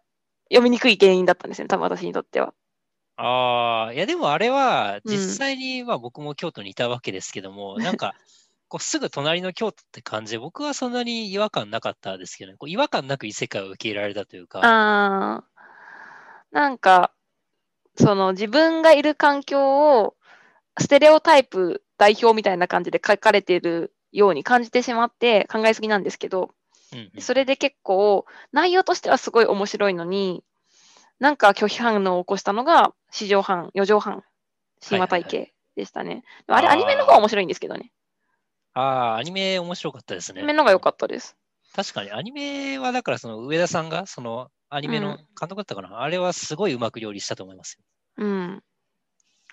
A: 読みにくい原因だったんですね、多分私にとっては。
B: ああ、いや、でもあれは、
A: うん
B: 実際に、まあ僕も京都にいたわけですけ ども、なんか、こうすぐ隣の京都って感じで、僕はそんなに違和感なかったですけどね、こう違和感なく異世界を受け入れられたというか、
A: あーなんか、その自分がいる環境をステレオタイプ代表みたいな感じで書かれてるように感じてしまって考えすぎなんですけど、
B: うんうん
A: それで結構内容としてはすごい面白いのに、なんか拒否反応を起こしたのが四畳半、四畳半、神話体系でしたね。でもあれ
B: あー
A: アニメの方は面白いんですけどね。
B: ああ、アニメ面白かったです
A: ア
B: ね。
A: ニメの方が良かったです。
B: 確かに、アニメはだから、その上田さんが、そのアニメ
A: うん
B: の監督だったかな、あれはすごいうまく料理したと思いますよ。
A: うん。なん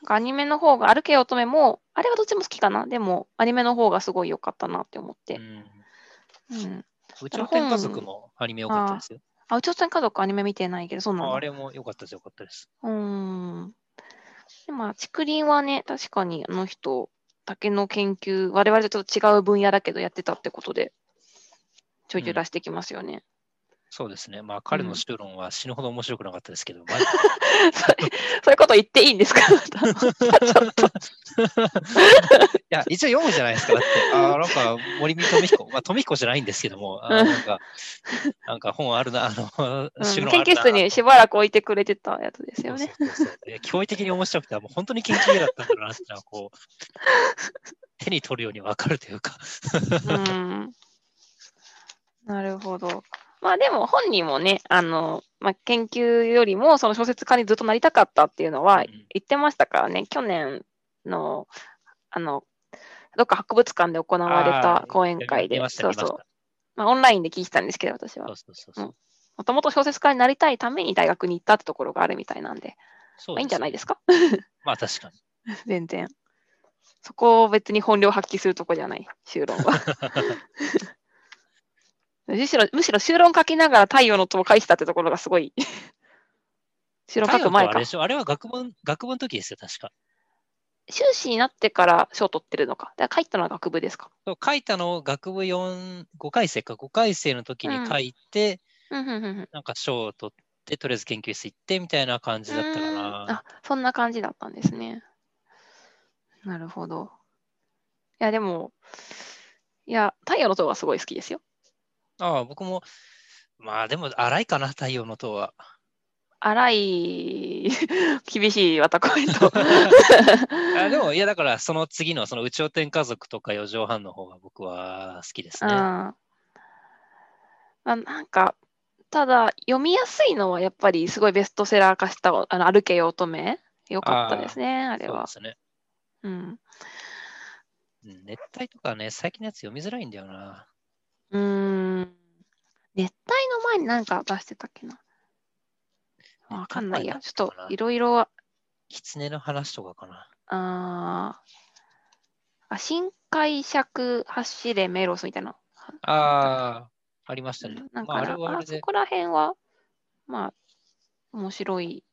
A: かアニメの方が、歩けよ乙女も、あれはどっちも好きかな。でも、アニメの方がすごい良かったなって思っ
B: う
A: て。
B: ん、
A: うん。
B: うちの天家族もアニメ良かったですよ。
A: あ、うちおさん家族アニメ見てないけど、そうな
B: あ
A: の
B: あ。れも良かったです、良かったです。
A: うーん。でまあ、竹林はね、確かにあの人、竹の研究、我々とちょっと違う分野だけどやってたってことで、ちょいちょい出してきますよね。
B: そうですね。まあ、彼の修論は死ぬほど面白くなかったですけど、まあ
A: それそういうこと言っていいんですかちょっと。
B: いや、一応読むじゃないですか。だって、 ああ、なんか、森見富彦、まあ、富彦じゃないんですけども、あーなんか、なんか本あるな、あの、
A: うん
B: 修論あ
A: 研
B: るな
A: 究室にしばらく置いてくれてたやつですよね。
B: そうそうそういや驚異的に面白くて、もう本当に研究家だったんだなってのは、こう、 手に取るように分かるというか。
A: うんなるほど。まあでも本人もね、あの、まあ、研究よりもその小説家にずっとなりたかったっていうのは
B: うん
A: 言ってましたからね、去年の、あの、どっか博物館で行われた
B: あー
A: 講演会で
B: 見、ました、
A: そう
B: 見ま
A: そう
B: した。。
A: まあ、オンラインで聞いてたんですけど、私
B: そ
A: は
B: う。そうそうそう。
A: うんもともと小説家になりたいために大学に行ったってところがあるみたいなんで、
B: そう
A: まあ、いいんじゃないです
B: か。
A: か
B: まあ確かに。
A: 全然。そこを別に本領発揮するとこじゃない、修論 は。むしろ、むしろ修論書きながら太陽の塔を返したってところがす ごい。修論書く前か
B: 太陽とあれで。しょあれは学問、学部の時ですよ、確か。
A: 修士になってから賞取ってるのか。だから書いたのは学部ですか。
B: そう書いたのを学部4、5回生か、5回生の時に書いて、
A: うんうんうんうん。
B: なんか賞を取って、とりあえず研究室行ってみたいな感じだったか
A: うーん
B: な
A: あ。そんな感じだったんですね。なるほど。いや、でも、いや、太陽の塔はすごい好きですよ。
B: ああ、僕も、まあでも、荒いかな、太陽の塔は。
A: 荒い、 厳しいわたコ メント。
B: あでも、いや、だから、その次の、その、宇宙天家族とか四畳半の方が僕は好きです
A: うん
B: ね。
A: あなんかただ読みやすいのはやっぱりすごいベストセラー化したあの歩けよ乙女よかったですねあれは
B: そうですね。
A: うん
B: うん熱帯とかね、最近のやつ読みづらいんだよな。
A: うーん熱帯の前に何か出してたっけなわかんないやちょっといろいろ
B: 狐の話とかかな。
A: あーあ新解釈走れメロスみたいな
B: ああ、ありましたね。
A: なん
B: まあ、
A: かな、
B: あれはあ
A: あ
B: れ
A: そ
B: で。
A: こら辺は、まあ、面白い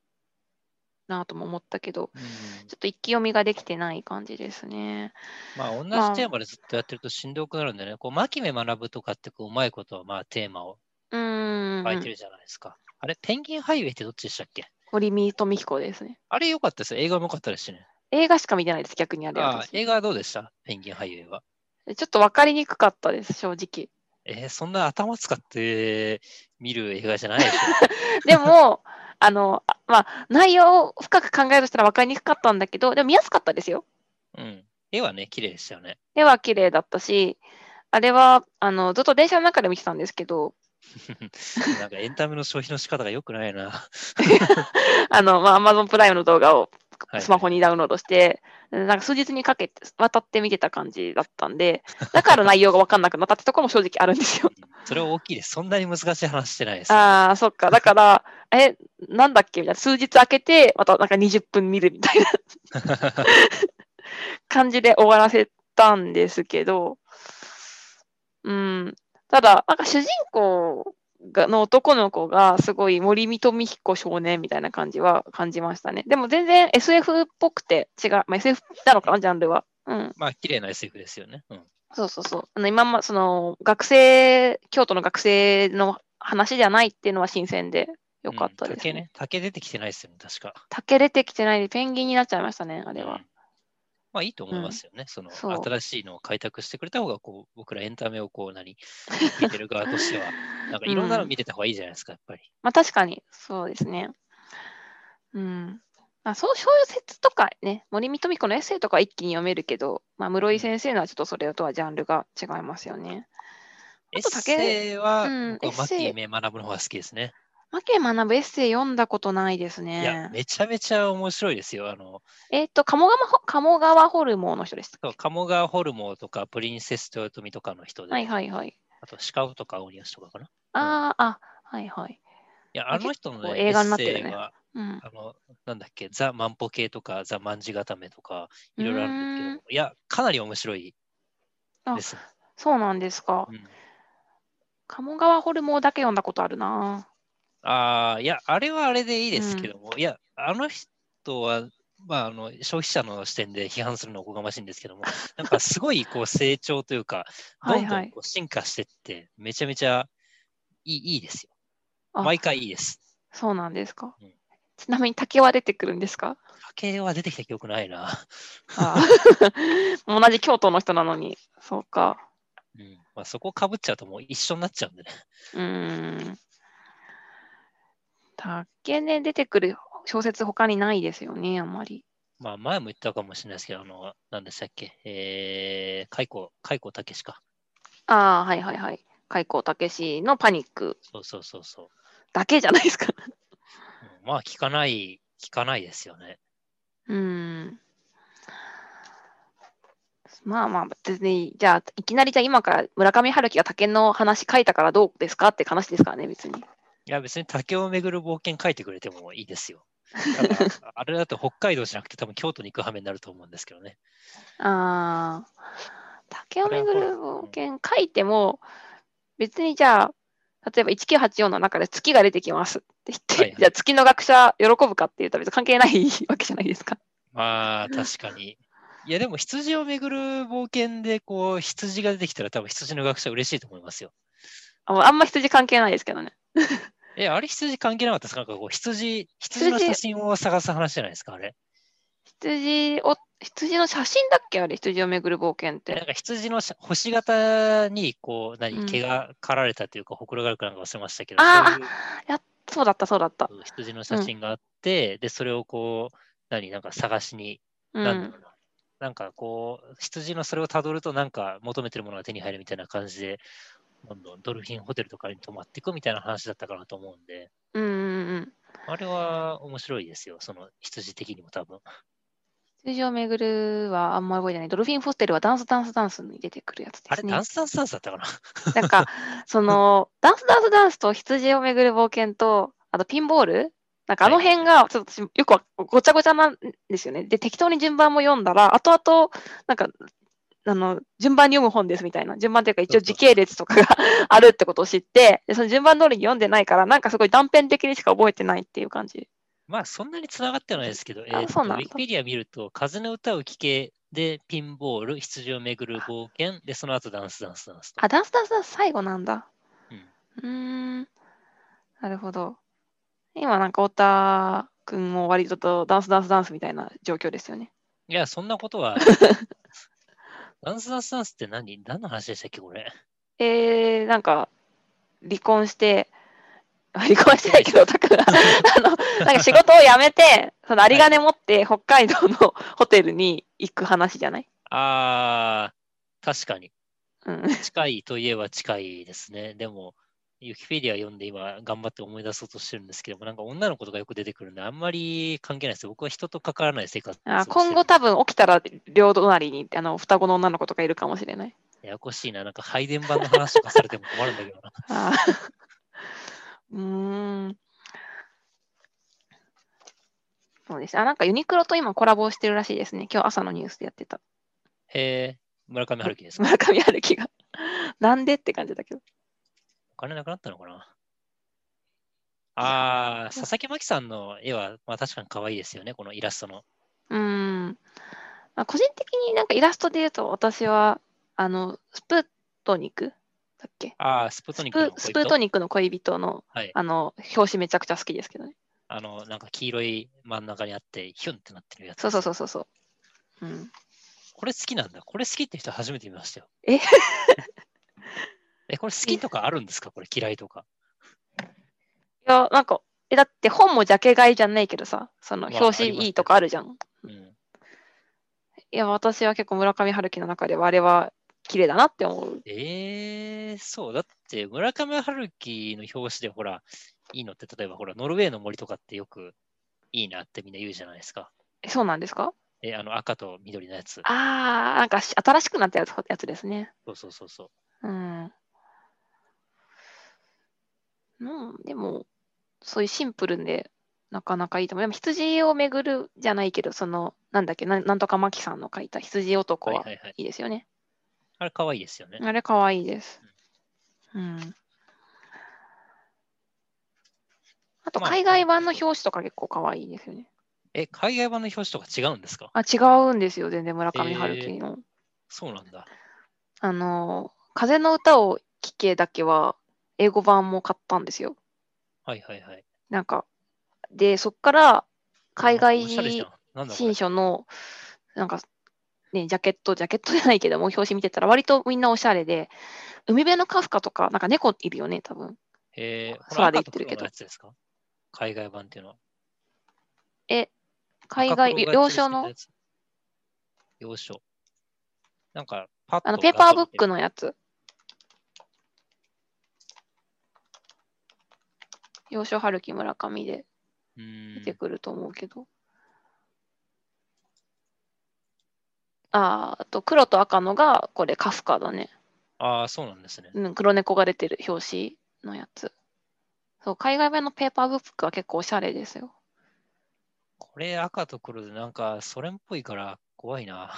A: なとも思ったけど、
B: うん
A: ちょっと一気読みができてない感じですね。
B: まあ、同じ
A: まあ
B: テーマでずっとやってるとしんどくなるんでね、こう、牧目学ぶとかって、こう、うまいことは、まあ、テーマを
A: うーん。
B: 書いてるじゃないですか。あれ、ペンギンハイウェイってどっちでしたっけ
A: 堀見富彦ですね。
B: あれ、良かったですよ。映画も良かったですしね。
A: 映画しか見てないです、逆にあれ
B: ああ
A: 私
B: 映画はどうでしたペンギンハイウェイは。
A: ちょっと分かりにくかったです、正直。
B: えーそんな頭使って見る映画じゃないでしょ。
A: で も、あの、あまあ、内容を深く考えるとしたら分かりにくかったんだけど、でも見やすかったですよ。
B: うん。絵はね、綺麗でしたよね。
A: 絵は綺麗だったし、あれは、あの、ずっと電車の中で見てたんですけど、
B: なんかエンタメの消費の仕方が良くな いな。
A: あの、まあ、Amazon プライムの動画を
B: はい
A: スマホにダウンロードして、なんか数日にかけて、渡って見てた感じだったんで、だから内容が分かんなくなったってところも正直あるんですよ。
B: それは大きいです。そんなに難しい話してないです。
A: ああ、そっか。だから、 え、なんだっけみたいな。数日空けて、またなんか20分見るみたいな 感じで終わらせたんですけど、うん。ただ、なんか主人公がの男の子がすごい森見富彦少年みたいな感じは感じましたね。でも全然 SF っぽくて違う、まあ、SF なのかな、ジャンルは。うん、
B: まあ、綺麗な SF ですよね。うん。
A: そうそうそう。あの今まその学生、京都の学生の話じゃないっていうのは新鮮でよかった
B: うん
A: です、
B: 竹ね。竹出てきてないですよね、確か。
A: 竹出てきてないでペンギンになっちゃいましたね、あれ
B: う
A: は
B: ん。まあいいと思いますよね。その
A: そう
B: 新しいのを開拓してくれた方がこう僕らエンタメ をこう何見てる側としてはなんかいろんなの見てた方がいいじゃないですかやっぱり。
A: まあ確かに、そうですね。うん。まあ、そう小説とかね、森見富子のエッセイとかは一気に読めるけど、まあ、室井先生のはちょっとそれとはジャンルが違いますよね。
B: エッ
A: と竹
B: セイは
A: うん
B: 僕は
A: エッ
B: マ
A: セイ
B: キめ学ぶの方が好きですね。
A: 牧野学ぶエッセイ読んだことないです
B: いや
A: ね。
B: めちゃめちゃ面白いですよ。あの
A: えっ、と鴨川ほ、鴨川ホルモンの人でした
B: そ
A: っ
B: う
A: け
B: 鴨川ホルモンとかプリンセス豊臣とかの人で、
A: はいはいはい。
B: あとシカウとかオニアシとかかな。い
A: ああ、あ、はいはい。
B: やあの人の、
A: 結構
B: ね、
A: 映画になってるね
B: エッセイは
A: うん。
B: あのなんだっけザ・マンポ系とかザ・マンジ固めとかいろいろあるんですけどいやかなり面白いです。
A: そうなんですか。
B: うん
A: 鴨川ホルモンだけ読んだことあるな。
B: ああ、いや、あれはあれでいいですけども、いや、あの人は、まあ、あの消費者の視点で批判するのはおこがましいんですけども、なんかすごいこう成長というか、どんど
A: はいは
B: ん
A: い
B: こう進化してって、めちゃめちゃいいいいですよ。
A: あ
B: 毎回いいです。
A: そうなんですか。
B: うん
A: ちなみに竹は出てくるんですか
B: 家計は出てきた記憶ないな。
A: あ ー同じ京都の人なのに、そうか。
B: うんまあ、そこかぶっちゃうともう一緒になっちゃうんでね。
A: うーん。竹ね、出てくる小説他にないですよね、あんまり。
B: まあ、前も言ったかもしれないですけど、あの、何でしたっけ、えー、蚕、蚕武しか。
A: ああ、はいはいはい。開口武しのパニック
B: そうそうそうそう。
A: だけじゃないですか。
B: うんまあ、聞かない、聞かないですよね。
A: うーん。まあまあ、別に、じゃあ、いきなりじゃあ今から村上春樹が竹の話書いたからどうですかって話ですからね、別に。
B: いや別に竹を巡る冒険書いてくれてもいいですよ。ただ あれだと北海道じゃなくて多分京都に行く羽目になると思うんですけどね。
A: ああ、竹をめぐ
B: あれ
A: る
B: はほ
A: 冒
B: ら
A: 険書いても、別にじゃあ、例えば1984の中で月が出てきますって言って、
B: はいはい
A: じゃあ月の学者喜ぶかって言うと別に関係ないわけじゃないですか。
B: まあ確かに。いやでも羊を巡る冒険でこう羊が出てきたら多分羊の学者嬉しいと思いますよ。
A: ああんま羊関係ないですけどね。
B: え、あれ羊関係なかったですかなんかこう羊、羊の写真を探す話じゃないですかあれ。
A: 羊を、羊の写真だっけあれ、羊をめぐる冒険っ
B: なん
A: て。
B: か羊の写星型にこう
A: うん
B: 何毛が刈られたというかほくろがあるかなんか忘れましたけど、
A: あー
B: そういう
A: そうだった、そうだった。
B: こう羊の写真があって、でそれをこう何なんか探しに
A: う
B: なんだろ
A: ん
B: う。ななんかこう、羊のそれをたどると、なんか求めてるものが手に入るみたいな感じで、どんどんドルフィンホテルとかに泊まっていくみたいな話だったかなと思うんで、
A: うんうんうん。
B: あれは面白いですよ、その羊的にも多分。
A: 羊をめぐるはあんま覚えてない。ドルフィン・フォステルはダンスダンスダンスに出てくるやつで
B: あれ、
A: すね。
B: ダンスダンスダンスだったか
A: な
B: な
A: ん か、その、ダンスダンスダンスと羊をめぐる冒険と、あとピンボールなんかあの
B: はいはい
A: 辺が、ちょっと私よくわごちゃごちゃなんですよね。で、適当に順番も読んだら、後々、なんか、あの、順番に読む本ですみたいな。順番というか、一応時系列とかがあるってことを知って、でその順番通りに読んでないから、なんかすごい断片的にしか覚えてないっていう感じ。
B: まあ、そんなに繋がってはないですけど、えーと
A: そうなんだ
B: ウィキペディア見ると、風の歌を聴け、で、ピンボール、羊をめぐる冒険、で、その後ダンスダンスダンスと。
A: あ、ダンスダンスダンス最後なんだ。
B: う
A: うーん。なるほど。今なんか、太田君も割ととダンスダンスダンスみたいな状況ですよね。
B: いや、そんなことは。ダンスダンスダンスって何何の話でしたっけ、これ。
A: えー、なんか離婚して あ離婚してないけどだ からあのなんか仕事を辞めてその有り金持って北海道の ホテルに行く話じゃない、
B: あー、確かに。
A: うん、
B: 近いといえば近いですね。 でも、ユキペディア読んで今、頑張って思い出そうとしてるんですけども、なんか女の子とかよく出てくるんで、あんまり関係ないです。僕は人と関わらない生活を
A: あ
B: してる
A: 今後多分起きたら両隣にあの双子の女の子とかいるかもしれない
B: ややこしいな。なんか配電盤の話とかされても困るんだけ どな。
A: あーうーんそうですあなんかユニクロと今コラボしてるらしいですね今日朝のニュースでやってた
B: へえ、村上春樹です か。
A: 村上春樹がなんでって感じだけど
B: お金なくなったのかなああ、佐々木真希さんの絵は、まあ、確かに可愛いですよね、このイラストの。
A: うん。まあ、個人的になんかイラストで言うと、私は、あの、スプートニクだっけ
B: ああ、スプートニ
A: ス
B: ックの
A: プ
B: 恋人
A: スプートニクの恋人の、
B: はい
A: あの、表紙めちゃくちゃ好きですけどね。
B: あの、なんか黄色い真ん中にあって、ヒュンってなってるやつ。
A: そうそうそうそうそう。うん。
B: これ好きなんだ。これ好きって人初めて見ましたよ。
A: え
B: え、これ好きとかあるんですかこれ嫌いとか。
A: いや、なんか、え、だって本もジャケ買いじゃないけどさ、その表
B: まああります
A: 紙
B: ね
A: いいとかあるじゃん。
B: うん。
A: いや、私は結構村上春樹の中ではあれは綺麗だなって思う。
B: えー、そう。だって、村上春樹の表紙でほら、いいのって、例えばほら、ノルウェーの森とかってよくいいなってみんな言うじゃないですか。
A: えそうなんですか
B: え、あの赤と緑のやつ。
A: あー、なんかし新しくなったやつやつですね。
B: そうそうそうそう。
A: うん。うん、でも、そういうシンプルで、なかなかいいと思う。でも、羊を巡るじゃないけど、その、なんだっけ、ななんとかマキさんの書いた羊男
B: はい
A: は
B: はいはい。
A: いいですよね。
B: あれ可愛いですよね。
A: あれ、かわいいです。うん。あと、
B: まあ
A: 海外版の表紙とか結構かわいいですよね。
B: え、海外版の表紙とか違うんですか
A: あ、違うんですよ、全然村上春樹の。
B: そうなんだ。
A: あの、風の歌を聴けだけは、英語版も買ったんですよ。
B: はいはいはい。
A: なんか、で、そっから、海外
B: おしゃれじゃんなんだこれ
A: 新書の、なんか、ね、ジャケット、ジャケットじゃないけども、表紙見てたら、割とみんなおしゃれで、海辺のカフカとか、なんか猫いるよね、多分。
B: えー、
A: 空
B: 空
A: で言っ
B: で言ってて
A: る
B: る
A: け
B: け
A: ど
B: ど。ですか海外版っていうのは。
A: 海外、
B: 赤黒
A: 洋
B: がついて
A: 書
B: た
A: の
B: や、つ。洋書。なんか、パッと
A: あの、ペーパーブック
B: の。
A: のやつ。洋書春樹村上で
B: う
A: 出
B: ん
A: てくると思うけど。あーあと黒と赤のがこれカフカだね、
B: ああ、そうなんですね。
A: うん。黒猫が出てる表紙のやつ。そう海外版のペーパーブックは結構おしゃれですよ。
B: これ赤と黒でなんかソ連っぽいから怖い な。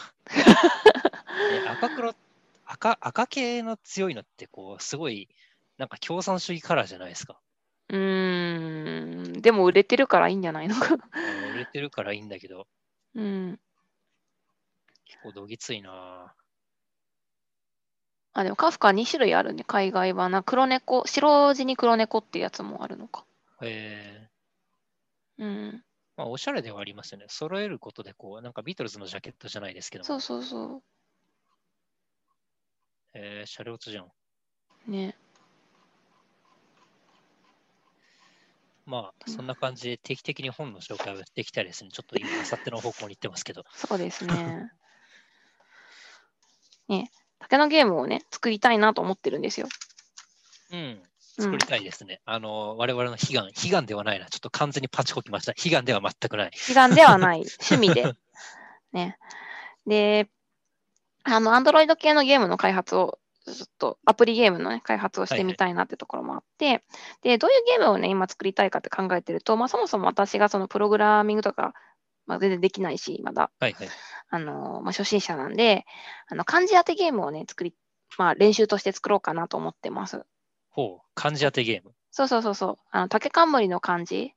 B: え赤黒、赤、赤系の強いのってこう、すごい、なんか共産主義カラーじゃないですか。
A: うーん、でも売れてるからいいんじゃないの か。
B: あの売れてるからいいんだけど、
A: うん。
B: 結構どぎついな。
A: あ、でもカフカ2種類あるね。海外版な。黒猫、白地に黒猫っていうやつもあるのか。
B: えー、
A: うん。
B: まあ、おしゃれではありますよね。揃えることで、こう、なんかビートルズのジャケットじゃないですけども、
A: そうそうそ
B: えー、シャレオツじゃん。
A: う。ね。
B: まあ、
A: うん
B: そんな感じで定期的に本の紹介をできたりですね。ちょっと今、あさっての方向に行ってますけど。
A: そうですね。ね。竹のゲームをね、作りたいなと思ってるんですよ。
B: うん。
A: うん
B: 作りたいですね。あの、我々の悲願、悲願ではないな。ちょっと完全にパチコきました。悲願では全くない。
A: 悲願ではない。趣味で。ね。で、あの、アンドロイド系のゲームの開発を、ちょっとアプリゲームの、ね、開発をしてみたいなってところもあって、で、どういうゲームをね、今作りたいかって考えてると、まあ、そもそも私がそのプログラミングとか、まあ、全然できないし、まだ、
B: はいはい。
A: あの、まあ、初心者なんで、あの、漢字当てゲームをね、作り、まあ、練習として作ろうかなと思ってます。
B: ほう、漢字当てゲーム。
A: そうそうそうそう。あの、竹冠の漢字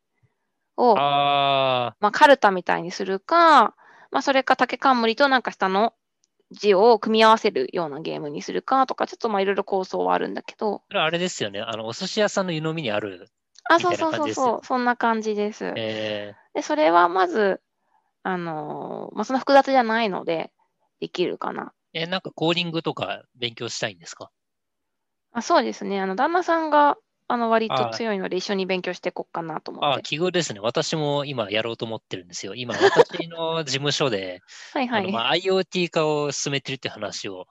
A: を、
B: あ
A: まあ、カルタみたいにするか、まあ、それか竹冠となんか下の字を組み合わせるようなゲームにするかとか、ちょっとまあいろいろ構想はあるんだけど、
B: ー、あれですよね。あの、お寿司屋さんの湯飲みにある。
A: あ、
B: みた
A: そう
B: い
A: そう
B: な
A: そう
B: 感じですよね
A: そう、そんな感じです。
B: え
A: で、それはまず、あのーまあ、そんな複雑じゃないので、できるかな。
B: ー、えーなんかコーディングとか勉強したいんですか
A: あ、そうですね。あの、旦那さんが、あの、割と
B: あー
A: 強いので、一緒に勉強していこうかなと思
B: あ
A: っ
B: あ、
A: て。
B: 奇遇ですね。私も今やろうと思ってるんですよ。今、私の事務所で、
A: はいは
B: あの
A: い。
B: まあ、IoT 化を進めてるって話を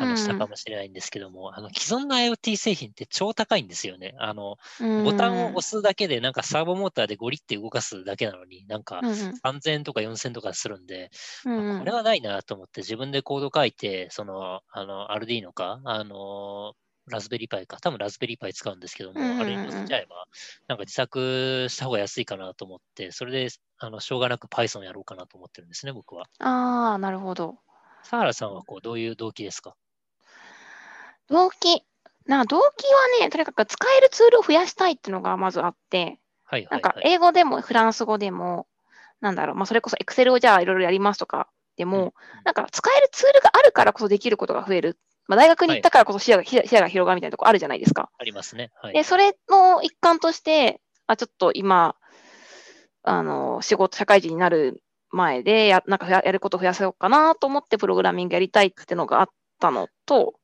B: あ
A: う
B: の
A: ん
B: したかもしれないんですけども、あの既存の IoT 製品って超高いんですよね。あの
A: うん
B: ボタンを押すだけで、なんかサーボモーターでゴリって動かすだけなのに、なんか
A: うんうん
B: 3000円とか4000円とかするんで、
A: う
B: あ
A: んうん
B: これはないなと思って自分でコード書いて、その、あの、アルディーノか、あの、ラズベリーパイか、多分ラズベリーパイ使うんですけども、
A: うんうんうん
B: あれに乗せちゃえば、なんか自作した方が安いかなと思って、それで、あの、しょうがなく Python やろうかなと思ってるんですね、僕は。
A: ああ、なるほど。
B: サハラさんはこう、どういう動機ですか
A: 動機。な動機はね、とにかく使えるツールを増やしたいっていうのがまずあって、
B: はい
A: な
B: は
A: ん
B: い、
A: か
B: は、い。
A: 英語でもフランス語でも、なんだろう、まあ、それこそ Excel をじゃあいろいろやりますとかで
B: うんうん
A: も、なんか使えるツールがあるからこそできることが増える。まあ、大学に行ったからこそ視野が,、視野が広がるみたいなとこあるじゃないですか。
B: ありますね。はい。
A: で、それの一環として、あちょっと今、あの仕事、社会人になる前でや、なんかややること増やせようかなと思って、プログラミングやりたいってのがあったのと、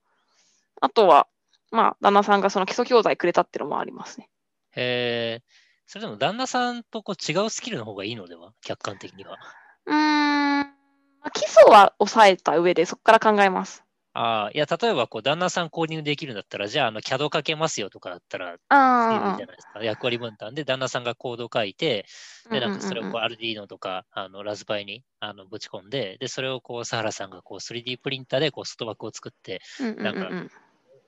A: あとは、まあ、旦那さんがその基礎教材くれたっていうのもありますね。
B: えー、それでも旦那さんとこう違うスキルの方がいいのでは客観的には。
A: うーん、まあ基礎は抑えた上で、そこから考えます。
B: ああ、いや、例えば、こう、旦那さん購入できるんだったら、じゃあ、あの、CAD かけますよとかだったら、いいじゃ
A: ああ
B: ないですか。役割分担で、旦那さんがコード書いて、で、なんか、それをこう、アルディーノとか、あの、ラズパイに、あの、ぶち込んで、で、それをこう、サハラさんがこう、3D プリンターで、こう、外枠を作って、
A: うんうんうん
B: なん
A: う
B: か
A: んうんうん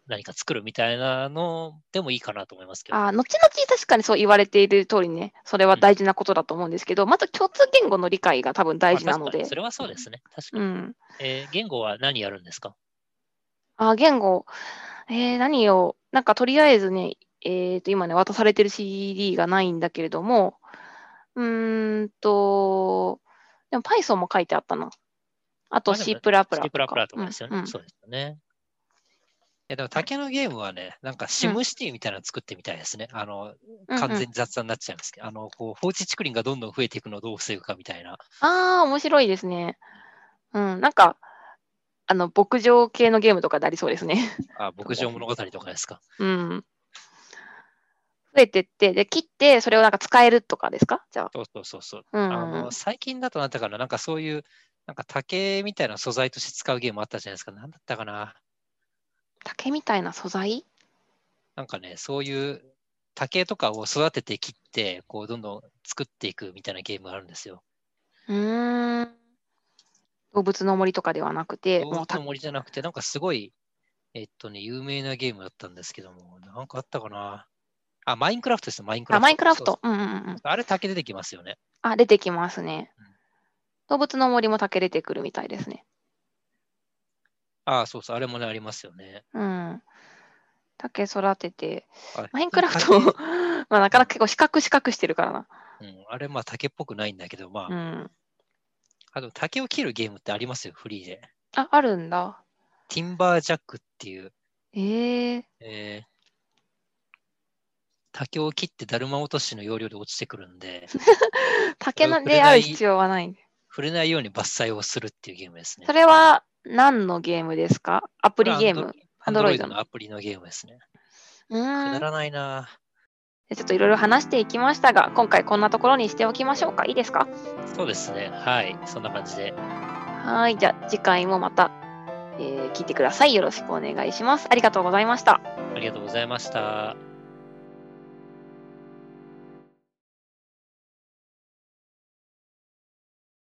B: 何か作るみたいなのでもいいかなと思いますけど。
A: あー後々確かにそう言われている通りね、それは大事なことだと思うんですけど、まず共通言語の理解が多分大事な
B: ま
A: の
B: あ確か
A: で
B: にそ。れはそうですね。確か
A: う
B: に。
A: ん、
B: えー言語は何やるんですか
A: あー言語、えー何を、なんかとりあえずね、えー、と今ね、渡されてる CD がないんだけれども、うーんと、でも Python も書いてあったな。あと
B: あでも
A: C++ プラプラ
B: シ
A: と
B: プラプ
A: か
B: ラとかですよね。
A: うんうん
B: そうですよね。いやでも竹のゲームはね、なんかシムシティみたいなの作ってみたいですね。あの、
A: うんうん
B: 完全に雑談になっちゃいますけど、あの、こう、放置竹林がどんどん増えていくのをどう防ぐかみたいな。
A: ああ、面白いですね。うん、なんか、あの、牧場系のゲームとかでありそうですね。
B: あ、牧場物語とかですか。
A: うん。増えてって、で、切って、それをなんか使えるとかですかじゃ
B: そうそうそうそう。
A: あ。うん。
B: あの、最近だとなんだかな、なんかそういう、なんか竹みたいな素材として使うゲームあったじゃないですか。なんだったかな。
A: 竹みたいな素材
B: なんかね、そういう竹とかを育てて切って、こう、どんどん作っていくみたいなゲームがあるんですよ。
A: うーん。動物の森とかではなくて、
B: 動
A: もう
B: 物
A: た
B: の森じゃなくて、なんかすごい、えっとね、有名なゲームだったんですけども、なんかあったかな。あ、マインクラフトです、マインクラ
A: あ、
B: フト。
A: マインクラフ
B: そう
A: ト。うんうんうん。
B: そうあれ竹出てきますよね。
A: あ、出てきますね
B: うん。
A: 動物の森も竹出てくるみたいですね。
B: あそうそう、あれもね、ありますよね。
A: うん。竹育てて、
B: あ
A: マインクラフト、 まあなかなか結構四角四角してるからな。
B: 竹うん、あれ、まあ竹っぽくないんだけど、まあ、
A: うん。
B: あと竹を切るゲームってありますよ、フリーで。
A: あ、あるんだ。
B: ティンバージャックっていう、
A: ええ
B: えー竹を切ってだるま落としの要領で落ちてくる んで、
A: 竹
B: それ
A: な
B: を
A: ん
B: 触れ
A: で
B: ない
A: ある必要はない。
B: 触れないように伐採をするっていうゲームですね。
A: それは何のゲームですかアプリゲーム。
B: アンドロイ
A: Android
B: ド
A: の
B: のアプリのゲームですね。
A: う
B: く
A: ー
B: だ
A: ん。
B: らないな
A: ちょっといろいろ話していきましたが、今回こんなところにしておきましょうか。いいですか
B: そうですね。はい。そんな感じで。
A: はい。じゃあ次回もまた、えー聞いてください。よろしくお願いします。ありがとうございました。
B: ありがとうございました。